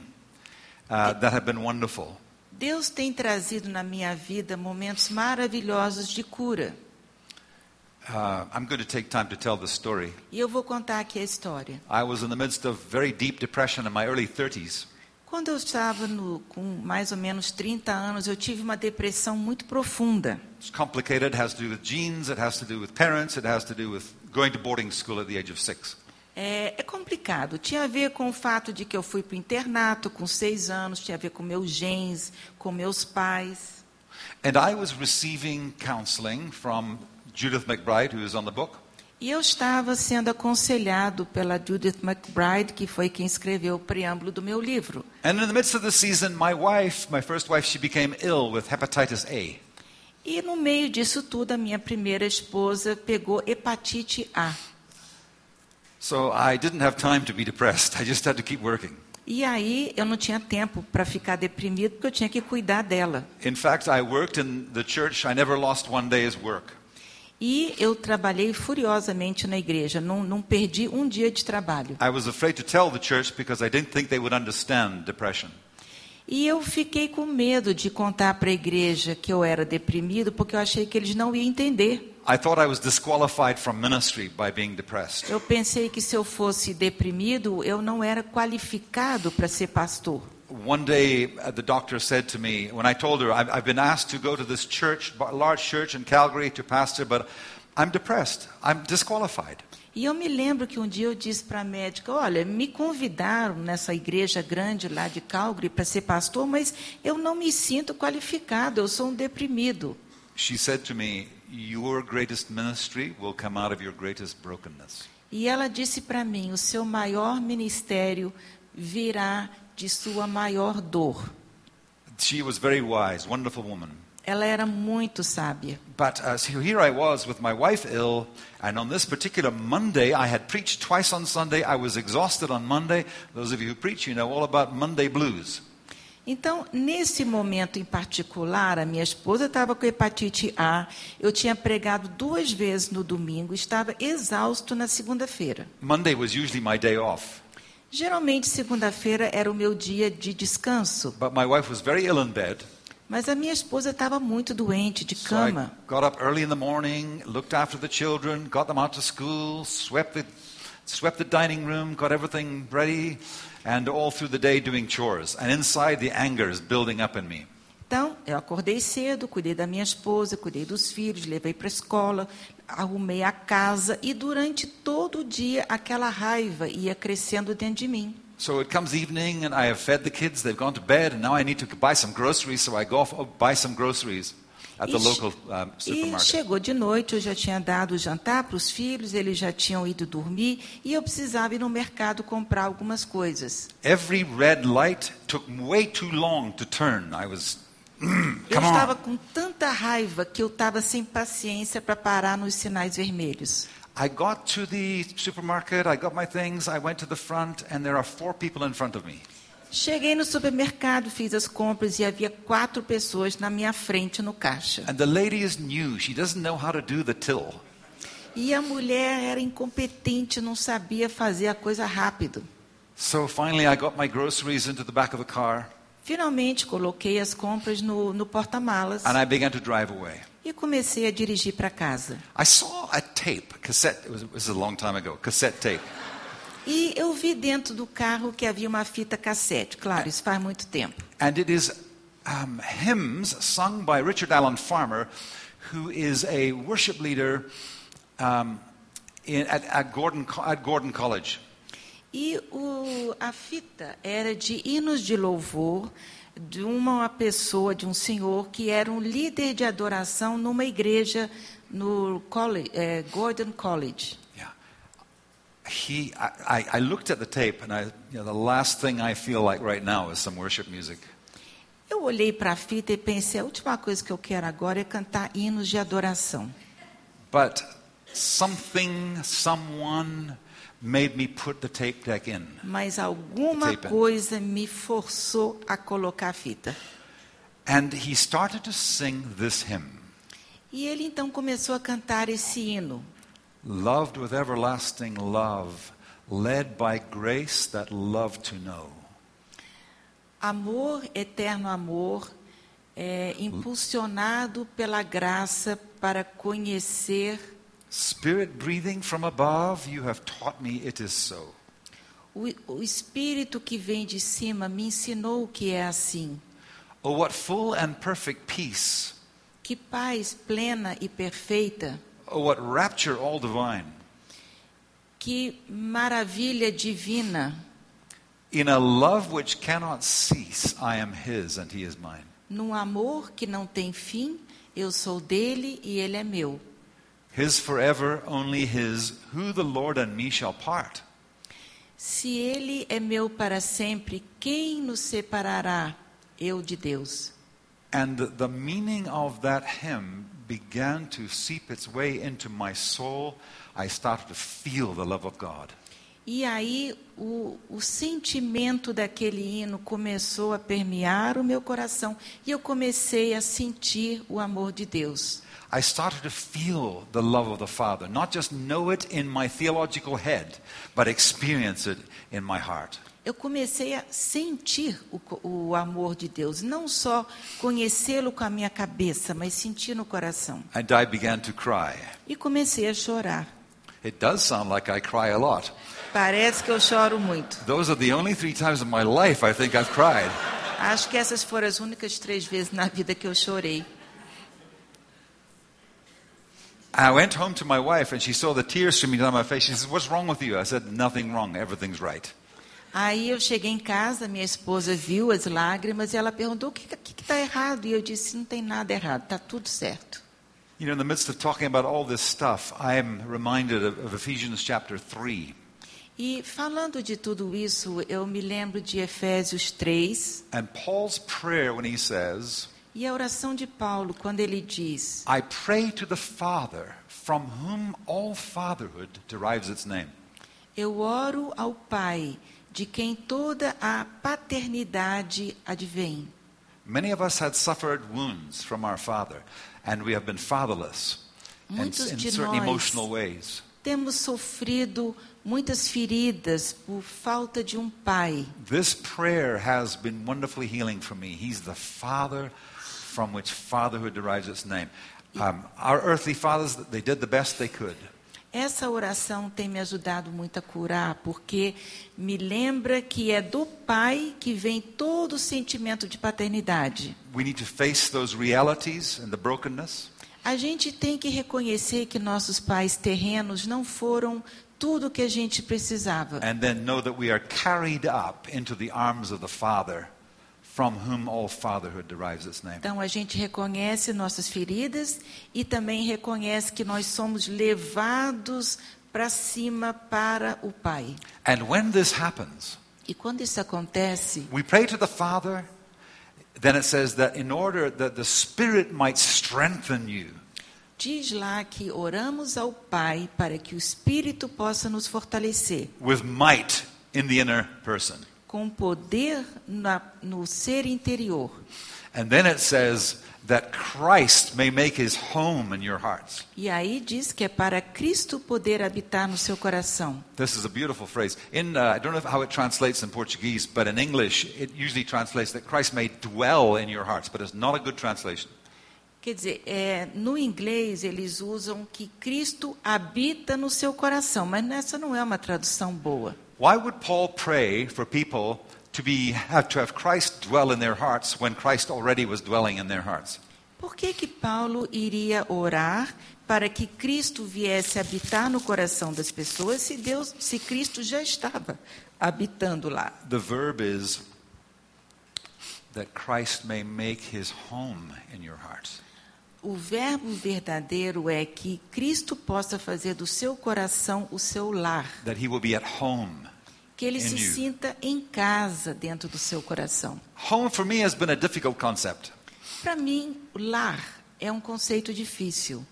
uh, that have been wonderful.
Deus tem trazido na minha vida momentos maravilhosos de cura.
Uh, I'm going to take time to tell this story.
E eu vou contar aqui a história.
I was in the midst of very deep depression in my early 30s.
Quando eu estava no- com mais ou menos 30 anos, eu tive uma depressão muito profunda.
It's complicated. It has to do with genes. It has to do with parents. It has to do with going to boarding school at the age of six.
É, é complicado. Tinha a ver com o fato de que eu fui para o internato com seis anos, tinha a ver com meus genes, com meus pais.
And I was receiving counseling from Judith McBride, who is on the book.
E eu estava sendo aconselhado pela Judith McBride, que foi quem escreveu o preâmbulo do meu livro.
And in the midst of the season, my wife, my first wife, she became ill with hepatitis A.
E no meio disso tudo, a minha primeira esposa pegou hepatite A.
So I didn't have time to be depressed. I just had to keep working.
E aí eu não tinha tempo para ficar deprimido, porque eu tinha que cuidar dela.
In fact, I worked in the church. I never lost one day's work.
E eu trabalhei furiosamente na igreja, não, não perdi um dia de trabalho.
I was afraid to tell the church because I didn't think they would understand depression.
E eu fiquei com medo de contar para a igreja que eu era deprimido, porque eu achei que eles não iam entender.
I thought I was disqualified from ministry by being depressed.
Eu pensei que se eu fosse deprimido, eu não era qualificado para ser pastor.
One day, uh, the doctor said to me, when I told her, I've, I've been asked to go to this church, b- large church in Calgary to pastor, but I'm depressed. I'm disqualified.
E eu me lembro que um dia eu disse para a médica: Olha, me convidaram nessa igreja grande lá de Calgary para ser pastor, mas eu não me sinto qualificado, eu sou um deprimido.
She said to me, Your greatest ministry will come out of your greatest brokenness.
E ela disse para mim: O seu maior ministério virá de sua maior dor.
She was very wise, wonderful woman.
Ela era muito sábia.
But uh, so here I was with my wife ill, and on this particular Monday, I had preached twice on Sunday. I was exhausted on Monday. Those of you who preach, you know all about Monday blues.
Então, nesse momento em particular, a minha esposa estava com hepatite A. Eu tinha pregado duas vezes no domingo, estava exausto na segunda-feira.
Monday was usually my day off,
Geralmente, segunda-feira era o meu dia de descanso,
but my wife was very ill in bed.
mas a minha esposa estava muito doente, de
So I
cama.
got up early in the morning, looked after the children, got them out to school, swept the, swept the dining room, got everything ready, and all through the day doing chores. And inside, the anger is building up in me.
Então, eu acordei cedo, cuidei da minha esposa, cuidei dos filhos, levei para a escola, arrumei a casa e durante todo o dia aquela raiva ia crescendo dentro de mim.
So it comes evening, and I have fed the kids. They've gone to bed, and now I need to buy some groceries. So I go off, oh, buy some groceries at the
E
local
che-
um,
E
supermarket.
chegou de noite, eu já tinha dado o jantar para os filhos, eles já tinham ido dormir e eu precisava ir no mercado comprar algumas coisas.
Every red light took way too long to turn. I was,
Eu
come
estava
on.
com tanta raiva que eu estava sem paciência para parar nos sinais vermelhos.
I got to the supermarket. I got my things. I went to the front, and there are four people in front of me.
Cheguei no supermercado, fiz as compras e havia quatro pessoas na minha frente no caixa.
And the lady is new. She doesn't know how to do the till.
E a mulher era incompetente, não sabia fazer a coisa rápido.
So finally, I got my groceries into the back of the car,
Finalmente coloquei as compras no, no porta-malas
and I began to drive away.
e comecei a dirigir para casa.
I saw a tape, cassette. It was, it was a long time ago. Cassette tape.
E eu vi dentro do carro que havia uma fita cassete. Claro, isso faz muito tempo.
And it is um, hymns sung by Richard Allen Farmer, who is a worship leader um, in, at, at, Gordon, Co- at Gordon College.
E o- a fita era de hinos de louvor de uma pessoa, de um senhor, que era um líder de adoração numa igreja no college, eh, Gordon College.
Yeah. He, I, I, I looked at the tape, and I, you know, the last thing I feel like right now is some worship music.
Eu olhei para a fita e pensei, a última coisa que eu quero agora é cantar hinos de adoração.
But something, someone made me put the tape deck in.
Mas alguma
Tape in.
coisa me forçou a colocar a fita.
And he started to sing this hymn
E ele então começou a cantar esse hino.
Loved with everlasting love, led by grace that love to know.
Amor, eterno amor, é, impulsionado pela graça para conhecer
Spirit breathing from above, you have taught me it is so.
o, o Espírito que vem de cima, me ensinou o que é assim.
Oh, what full and perfect peace.
Que paz plena e perfeita,
Oh, what rapture all divine.
que maravilha divina,
In a love which cannot cease, I am his and he is mine.
num amor que não tem fim, eu sou dele e ele é meu.
His forever, only His, who the Lord and me shall part.
Se ele é meu para sempre, quem nos separará? Eu de Deus.
And the meaning of that hymn began to seep its way into my soul. I started to feel the love of God.
E aí o, o sentimento daquele hino começou a permear o meu coração e eu comecei a sentir o amor de Deus.
I started to feel the love of the Father, not just know it in my theological head, but experience it in my heart.
Eu comecei a sentir o, co- o amor de Deus, não só conhecê-lo com a minha cabeça, mas sentir no coração.
And I began to cry.
E comecei a chorar.
It does sound like I cry a lot.
Parece que eu choro muito.
Those are the only three times in my life I think I've cried.
Acho que essas foram as únicas três vezes na vida que eu chorei.
I went home to my wife and she saw the tears streaming down my face. She says, What's wrong with you? I said, Nothing wrong. Everything's right.
Aí eu cheguei em casa, minha esposa viu as lágrimas e ela perguntou o que está errado. E eu disse, não tem nada errado, está tudo certo.
You know, in the midst of talking about all this stuff, I'm reminded of, of Ephesians chapter 3.
E falando de tudo isso, eu me lembro de Efésios 3
And Paul's prayer when he says,
e a oração de Paulo, quando ele diz,
I pray to the Father, from whom all fatherhood derives its name.
eu oro ao Pai, de quem toda a paternidade advém.
Many of us had suffered wounds from our Father, and we have been fatherless in, in
Muitos de
certain
nós-
emotional ways.
Temos sofrido muitas feridas por falta de um Pai.
This prayer has been wonderfully healing for me. He's the Father from which fatherhood derives its name. Um, our earthly fathers, they did the best they could.
Essa oração tem me ajudado muito a curar, porque me lembra que é do Pai que vem todo o sentimento de paternidade.
We need to face those realities and the brokenness.
A gente tem que reconhecer que nossos pais terrenos não foram tudo o que a gente precisava.
and then know that we are carried up into the arms of the Father, from whom all fatherhood derives its name.
Então a gente reconhece nossas feridas e também reconhece que nós somos levados para cima para o Pai.
And when this happens,
E quando isso acontece,
we pray to the Father. Then it says that in order that the Spirit might strengthen you.
diz lá que oramos ao Pai para que o Espírito possa nos fortalecer.
with might in the inner person.
com poder na- no ser interior.
And then it says that Christ may make his home in your hearts.
E aí diz que é para Cristo poder habitar no seu coração.
This is a beautiful phrase. In, uh, I don't know how it translates in Portuguese, but in English, it usually translates that Christ may dwell in your hearts, but it's not a good translation.
Quer dizer, é, no inglês eles usam que Cristo habita no seu coração, mas nessa não é uma tradução boa.
Why would Paul pray for people to, be, have, to have Christ dwell in their hearts when Christ already was dwelling in their hearts?
Por que que Paulo iria orar para que Cristo viesse habitar no coração das pessoas se Deus, se Cristo já estava habitando lá?
The verb is that Christ may make his home in your hearts.
O verbo verdadeiro é que Cristo possa fazer do seu coração o seu lar,
that he will be at home.
que ele
In
se
you.
sinta em casa dentro do seu coração.
Home for me has been a difficult concept.
Para mim, lar é um conceito difícil.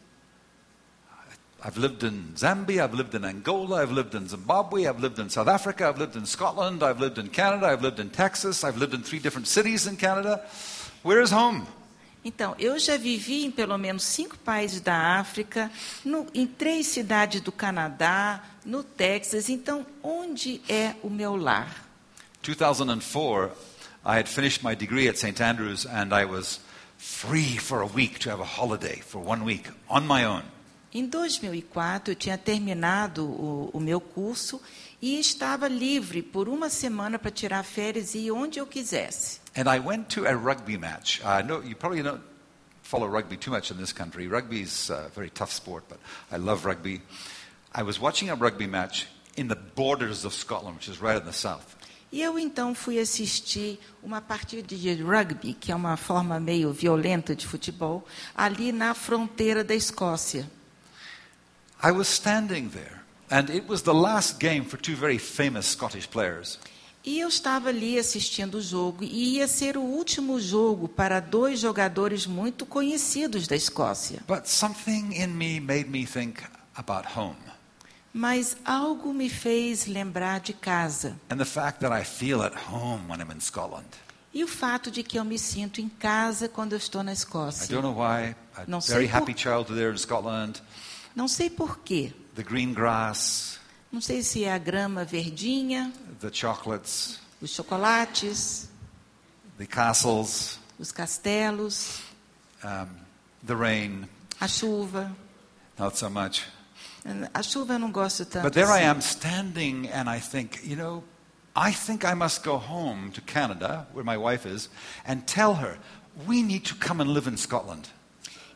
I've lived in Zambia, I've lived in Angola, I've lived in Zimbabwe, I've lived in South Africa, I've lived in Scotland, I've lived in Canada, I've lived in Texas, I've lived in three different cities in Canada. Where is home?
Então, eu já vivi em pelo menos cinco países da África, no- em três cidades do Canadá, no Texas. Então, onde é o meu lar?
2004, I had finished my degree at St. Andrews and I was free for a week to have a holiday for one week on my own.
Em 2004, eu tinha terminado o, o meu curso e estava livre por uma semana para tirar férias e ir onde eu quisesse.
And I went to a rugby match. I know you probably don't follow rugby too much in this country. Rugby's a very tough sport, but I love rugby. I was watching a rugby match in the borders of Scotland, which is right in the south.
E eu então fui assistir uma partida de rugby, que é uma forma meio violenta de futebol, ali na fronteira da Escócia.
I was standing there, and it was the last game for two very famous Scottish players.
E eu estava ali assistindo o jogo e ia ser o último jogo para dois jogadores muito conhecidos da Escócia.
But something in me made me think about home
Mas algo me fez lembrar de casa
and the fact that I feel at home when I'm in Scotland.
e o fato de que eu me sinto em casa quando eu estou na
I
Escócia.
don't know why. A
Não sei
very
por-
happy childhood there in Scotland.
Não sei porquê.
The green grass,
Não sei se é a grama verdinha,
the chocolates,
os chocolates,
the castles,
os castelos,
um, the rain.
a chuva.
Not so much.
A chuva eu não gosto tanto.
But there I
assim.
am standing, and I think, you know, I think I must go home to Canada, where my wife is, and tell her, we need to come and live in Scotland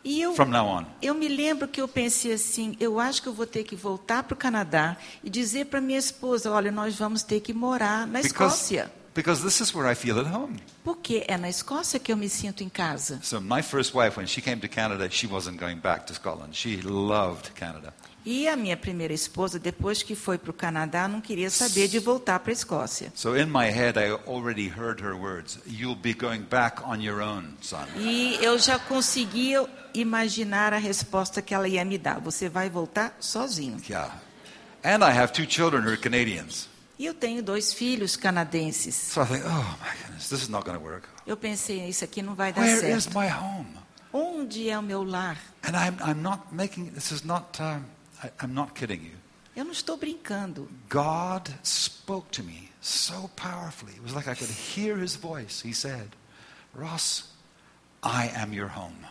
E eu,
from now on.
eu me lembro que eu pensei assim, eu acho que eu vou ter que voltar para o Canadá e dizer para minha esposa, olha, nós vamos ter que morar na
Because,
Escócia,
because this is where I feel at home.
porque é na Escócia que eu me sinto em casa.
So, my first wife, when she came to Canada, she wasn't going back to Scotland. She loved Canada.
E a minha primeira esposa, depois que foi para o Canadá, não queria saber de voltar para a Escócia.
So, in my head, I already heard her words You'll be going back on your own, son.
E eu já conseguia imaginar a resposta que ela ia me dar. Você vai voltar sozinho.
Yeah. And I have two children who are Canadians.
E eu tenho dois filhos canadenses.
So, I think, oh my goodness, this is not going to work.
Eu pensei, isso aqui não vai dar
Where
certo.
is my home?
Onde é o meu lar?
And I'm, I'm not making, this is not, um, I, I'm not kidding you.
Eu não estou brincando.
God spoke to me so powerfully. It was like I could hear his voice. He said, Ross, I am your home.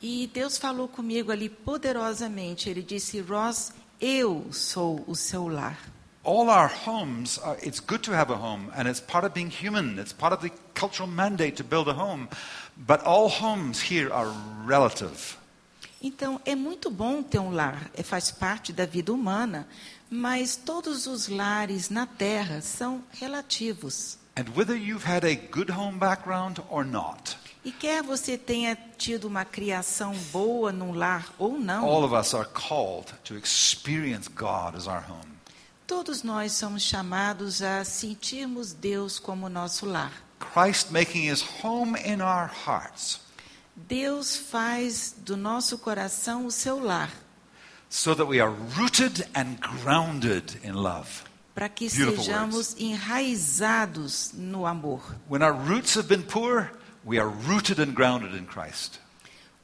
E Deus falou comigo ali poderosamente. Ele disse: Ross, eu sou o seu lar.
All our homes, are, it's good to have a home, and it's part of being human. It's part of the cultural mandate to build a home. But all homes here are relative.
Então, é muito bom ter um lar, é, faz parte da vida humana, mas todos os lares na Terra são relativos.
And whether you've had a good home background or not,
E quer você tenha tido uma criação boa num lar ou não,
all of us are called to experience God as our home.
todos nós somos chamados a sentirmos Deus como nosso lar.
Christ making his home in our hearts
Deus faz do nosso coração o seu lar,
so that we are rooted and grounded in love.
para que
Beautiful
sejamos enraizados no amor.
When our roots have been poor, we are rooted and grounded in Christ.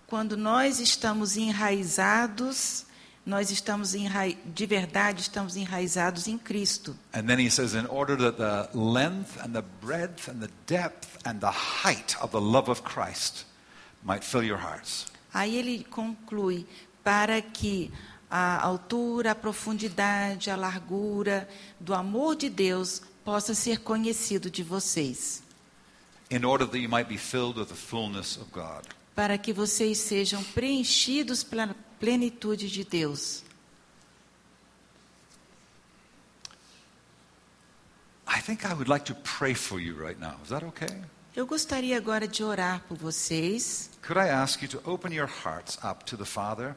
Quando nós estamos enraizados, nós estamos enra- de verdade estamos enraizados em Cristo.
And then he says, in order that the length and the breadth and the depth and the height of the love of Christ might fill your hearts.
Aí ele conclui para que a altura, a profundidade, a largura do amor de Deus possa ser conhecido de vocês,
In order that you might be filled with the fullness of God.
para que vocês sejam preenchidos pela plenitude de Deus.
I think I would like to pray for you right now. Is that okay?
Eu gostaria agora de orar por vocês.
Could I ask you to open your hearts up to the Father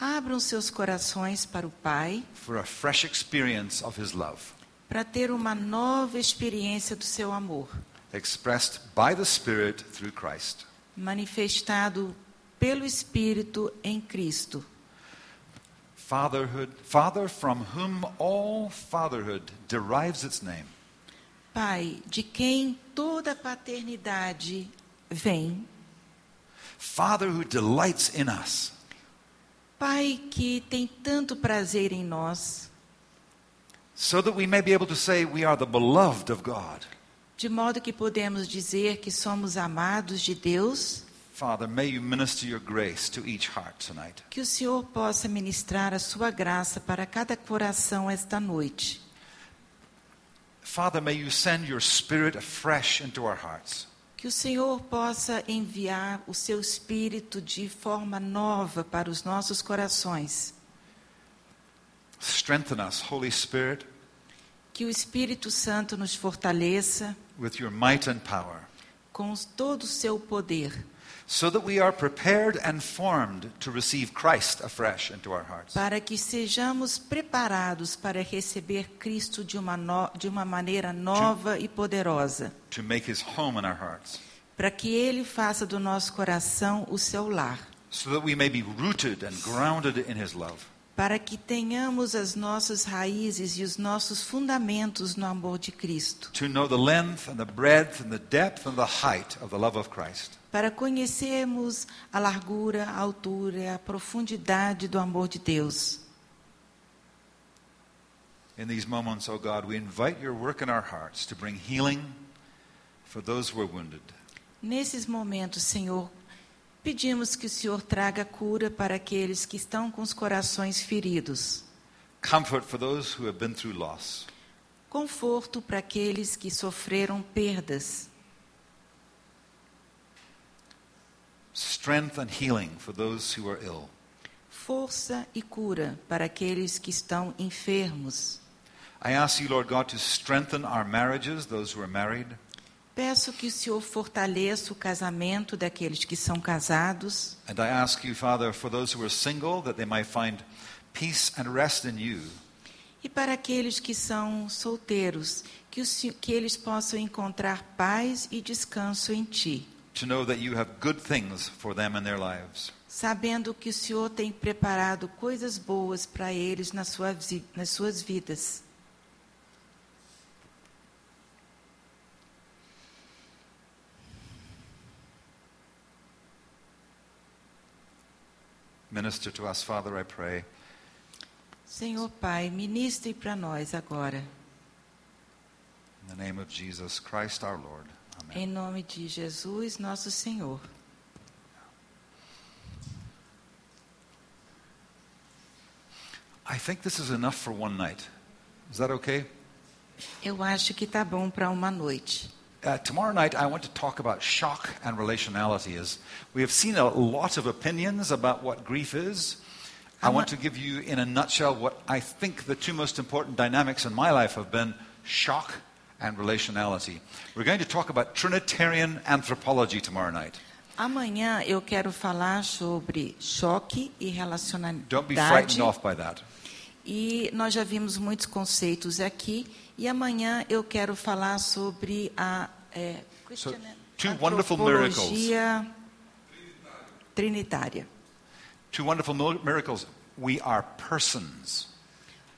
Abram seus corações para o Pai,
for a fresh experience of His love,
para ter uma nova experiência do seu amor,
expressed by the Spirit through Christ?
manifestado pelo Espírito em Cristo.
Fatherhood, Father from whom all fatherhood derives its name,
Pai, de quem toda a paternidade vem,
Father who delights in us,
Pai que tem tanto prazer em nós,
so that we may be able to say we are the beloved of God.
de modo que podemos dizer que somos amados de Deus,
Father, may you minister your grace to each heart tonight.
que o Senhor possa ministrar a sua graça para cada coração esta noite.
Father, may you send your Spirit afresh into our hearts.
Que o Senhor possa enviar o seu espírito de forma nova para os nossos corações.
Strengthen us, Holy Spirit,
Que o Espírito Santo nos fortaleça
with your might and power.
com todo o seu poder
so that we are prepared and formed to receive Christ afresh into our hearts.
para que sejamos preparados para receber Cristo de uma, no- de uma maneira nova e poderosa,
to make his home in our hearts,
para que Ele faça do nosso coração o seu lar,
so that we may be rooted and grounded in his love.
para que tenhamos as nossas raízes e os nossos fundamentos no amor de Cristo,
To know the length and the breadth and the depth and the height of the love of Christ,
para conhecermos a largura, a altura, a profundidade do amor de Deus.
in these moments, O God, we invite your work in our hearts to bring healing for those who are wounded,
Nesses momentos, Senhor, pedimos que o Senhor traga cura para aqueles que estão com os corações feridos.
comfort for those who have been through loss,
Conforto para aqueles que sofreram perdas,
strength and healing for those who are ill,
força e cura para aqueles que estão enfermos.
I ask you, Lord God, to strengthen our marriages, those who are married,
Peço que o Senhor fortaleça o casamento daqueles que são casados.
and I ask you, Father, for those who are single, that they may find peace and rest in you,
E para aqueles que são solteiros, que, o Sen- que eles possam encontrar paz e descanso em Ti,
to know that you have good things for them in their lives.
sabendo que o Senhor tem preparado coisas boas para eles na sua vi- nas suas vidas.
Minister to us, Father, I pray,
Senhor Pai, ministre para nós agora.
in the name of Jesus Christ our Lord. Amen.
Em nome de Jesus, nosso Senhor.
I think this is enough for one night. Is that okay?
Eu acho que tá bom para uma noite.
Uh, tomorrow night, I want to talk about shock and relationality. As we have seen a lot of opinions about what grief is, I
I'm
want to
not-
give you, in a nutshell, what I think the two most important dynamics in my life have been shock and relationality. We're going to talk about Trinitarian anthropology tomorrow night.
Amanhã eu quero falar sobre choque e relacionamento.
Don't be frightened off by that.
E nós já vimos muitos conceitos aqui. E amanhã eu quero falar sobre a é,
So,
Christian
two wonderful
antropologia trinitária.
Two wonderful mil- miracles. We are persons.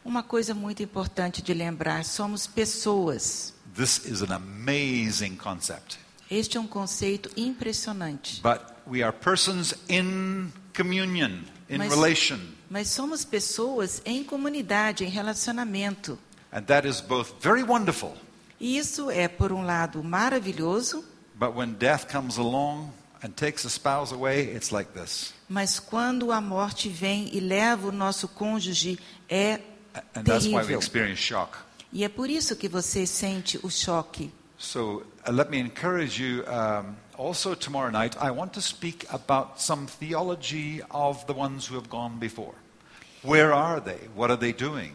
Uma coisa muito importante de lembrar: somos pessoas.
This is an amazing concept.
Este é um conceito impressionante.
But we are persons in communion, in
Mas-
relation.
Mas somos pessoas em comunidade, em relacionamento.
And that is both very wonderful,
E isso é, por um lado, maravilhoso,
but when death comes along and takes a spouse away, it's like this.
mas quando a morte vem e leva o nosso cônjuge, é
A- And that's why we
terrível.
experience shock.
E é por isso que você sente o choque.
So uh, let me encourage you. Um, also, tomorrow night, I want to speak about some theology of the ones who have gone before. Where are they? What are they doing?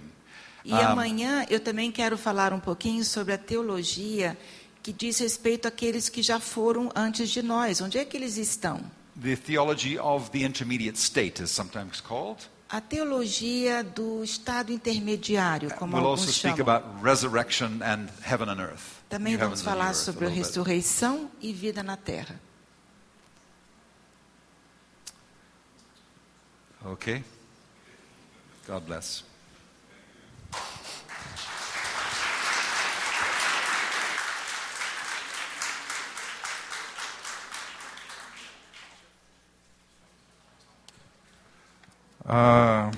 E
Ah.
amanhã eu também quero falar um pouquinho sobre a teologia que diz respeito àqueles que já foram antes de nós. Onde é que eles estão?
The theology of the intermediate state is sometimes called.
A teologia do estado intermediário, como
we'll also
alguns
speak
chamam.
about resurrection and heaven and earth.
Também
New heavens
vamos
and new
falar
earth a
sobre a
little bit.
ressurreição e vida na terra.
Okay. God bless.
Ah,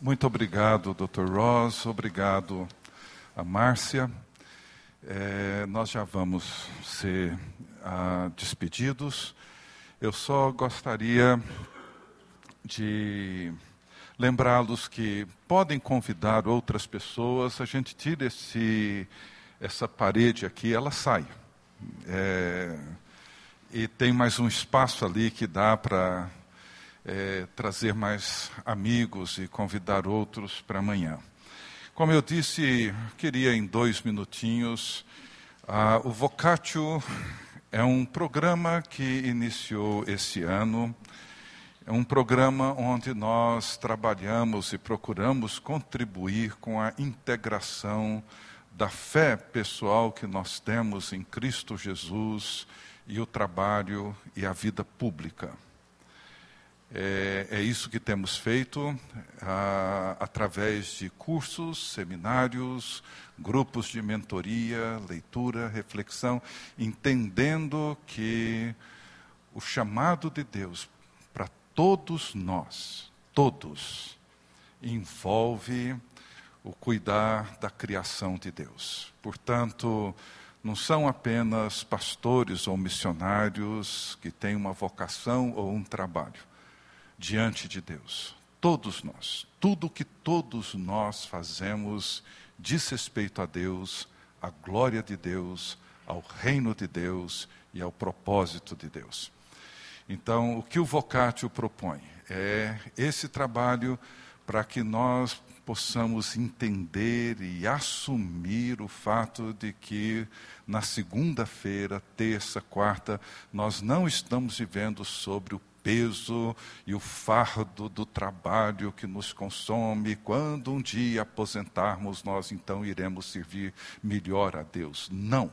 muito obrigado, Dr. Ross. Obrigado a Márcia. Eh, nós já vamos ser ah, despedidos. Eu só gostaria de lembrá-los que podem convidar outras pessoas. A gente tira esse, essa parede aqui, ela sai. Eh, e tem mais um espaço ali que dá para eh, trazer mais amigos e convidar outros para amanhã. Como eu disse, queria em dois minutinhos, ah, o Vocaccio É um programa que iniciou esse ano. É um programa onde nós trabalhamos e procuramos contribuir com a integração da fé pessoal que nós temos em Cristo Jesus e o trabalho e a vida pública. É, é isso que temos feito ah, através de cursos, seminários, grupos de mentoria, leitura, reflexão, entendendo que o chamado de Deus para todos nós, todos, envolve o cuidar da criação de Deus. Portanto, não são apenas pastores ou missionários que têm uma vocação ou um trabalho diante de Deus. Todos nós, tudo que todos nós fazemos diz respeito a Deus, à glória de Deus, ao reino de Deus e ao propósito de Deus. Então, o que o Vocatio propõe é esse trabalho para que nós possamos entender e assumir o fato de que na segunda-feira, terça, quarta, nós não estamos vivendo sobre o peso e o fardo do trabalho que nos consome. Quando um dia aposentarmos, nós então iremos servir melhor a Deus. Não.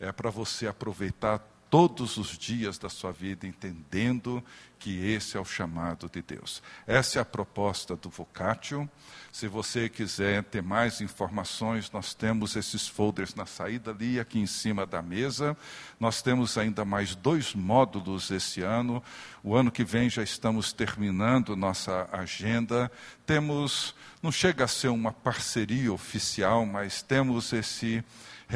É para você aproveitar todos os dias da sua vida, entendendo que esse é o chamado de Deus. Essa é a proposta do Vocatio. Se você quiser ter mais informações, nós temos esses folders na saída ali, aqui em cima da mesa. Nós temos ainda mais dois módulos esse ano. O ano que vem já estamos terminando nossa agenda. Temos, não chega a ser uma parceria oficial, mas temos esse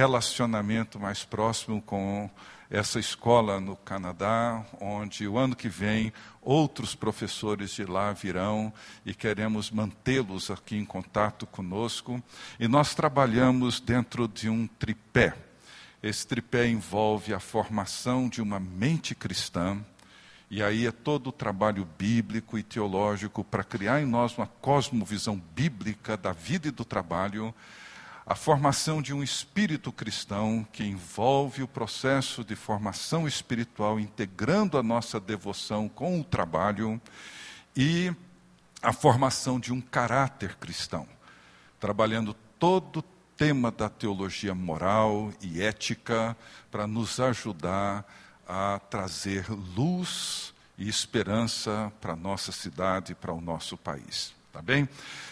relacionamento mais próximo com essa escola no Canadá, onde o ano que vem outros professores de lá virão e queremos mantê-los aqui em contato conosco. E nós trabalhamos dentro de um tripé. Esse tripé envolve a formação de uma mente cristã. E aí é todo o trabalho bíblico e teológico para criar em nós uma cosmovisão bíblica da vida e do trabalho, a formação de um espírito cristão que envolve o processo de formação espiritual, integrando a nossa devoção com o trabalho, e a formação de um caráter cristão, trabalhando todo o tema da teologia moral e ética para nos ajudar a trazer luz e esperança para a nossa cidade, para o nosso país. Tá bem?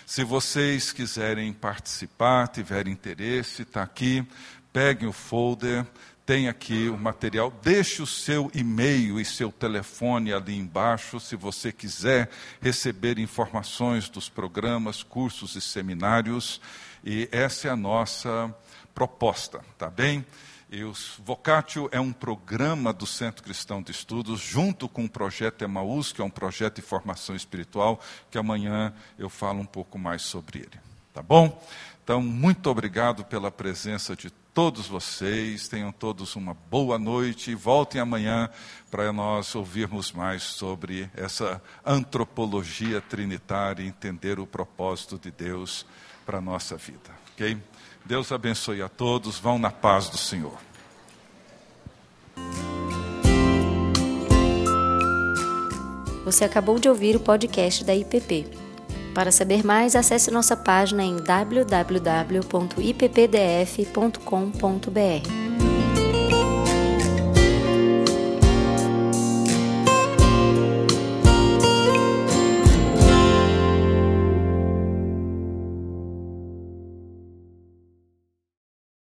Se vocês quiserem participar, tiverem interesse, está aqui. Peguem o folder, tem aqui o material. Deixe o seu e-mail e seu telefone ali embaixo, se você quiser receber informações dos programas, cursos e seminários. E essa é a nossa proposta, tá bem? E o Vocatio é um programa do Centro Cristão de Estudos, junto com o projeto Emaús, que é um projeto de formação espiritual, que amanhã eu falo um pouco mais sobre ele. Tá bom? Então, muito obrigado pela presença de todos vocês. Tenham todos uma boa noite e voltem amanhã para nós ouvirmos mais sobre essa antropologia trinitária e entender o propósito de Deus para a nossa vida. Ok? Deus abençoe a todos. Vão na paz do Senhor.
Você acabou de ouvir o podcast da IPP. Para saber mais, acesse nossa página em www.ippdf.com.br.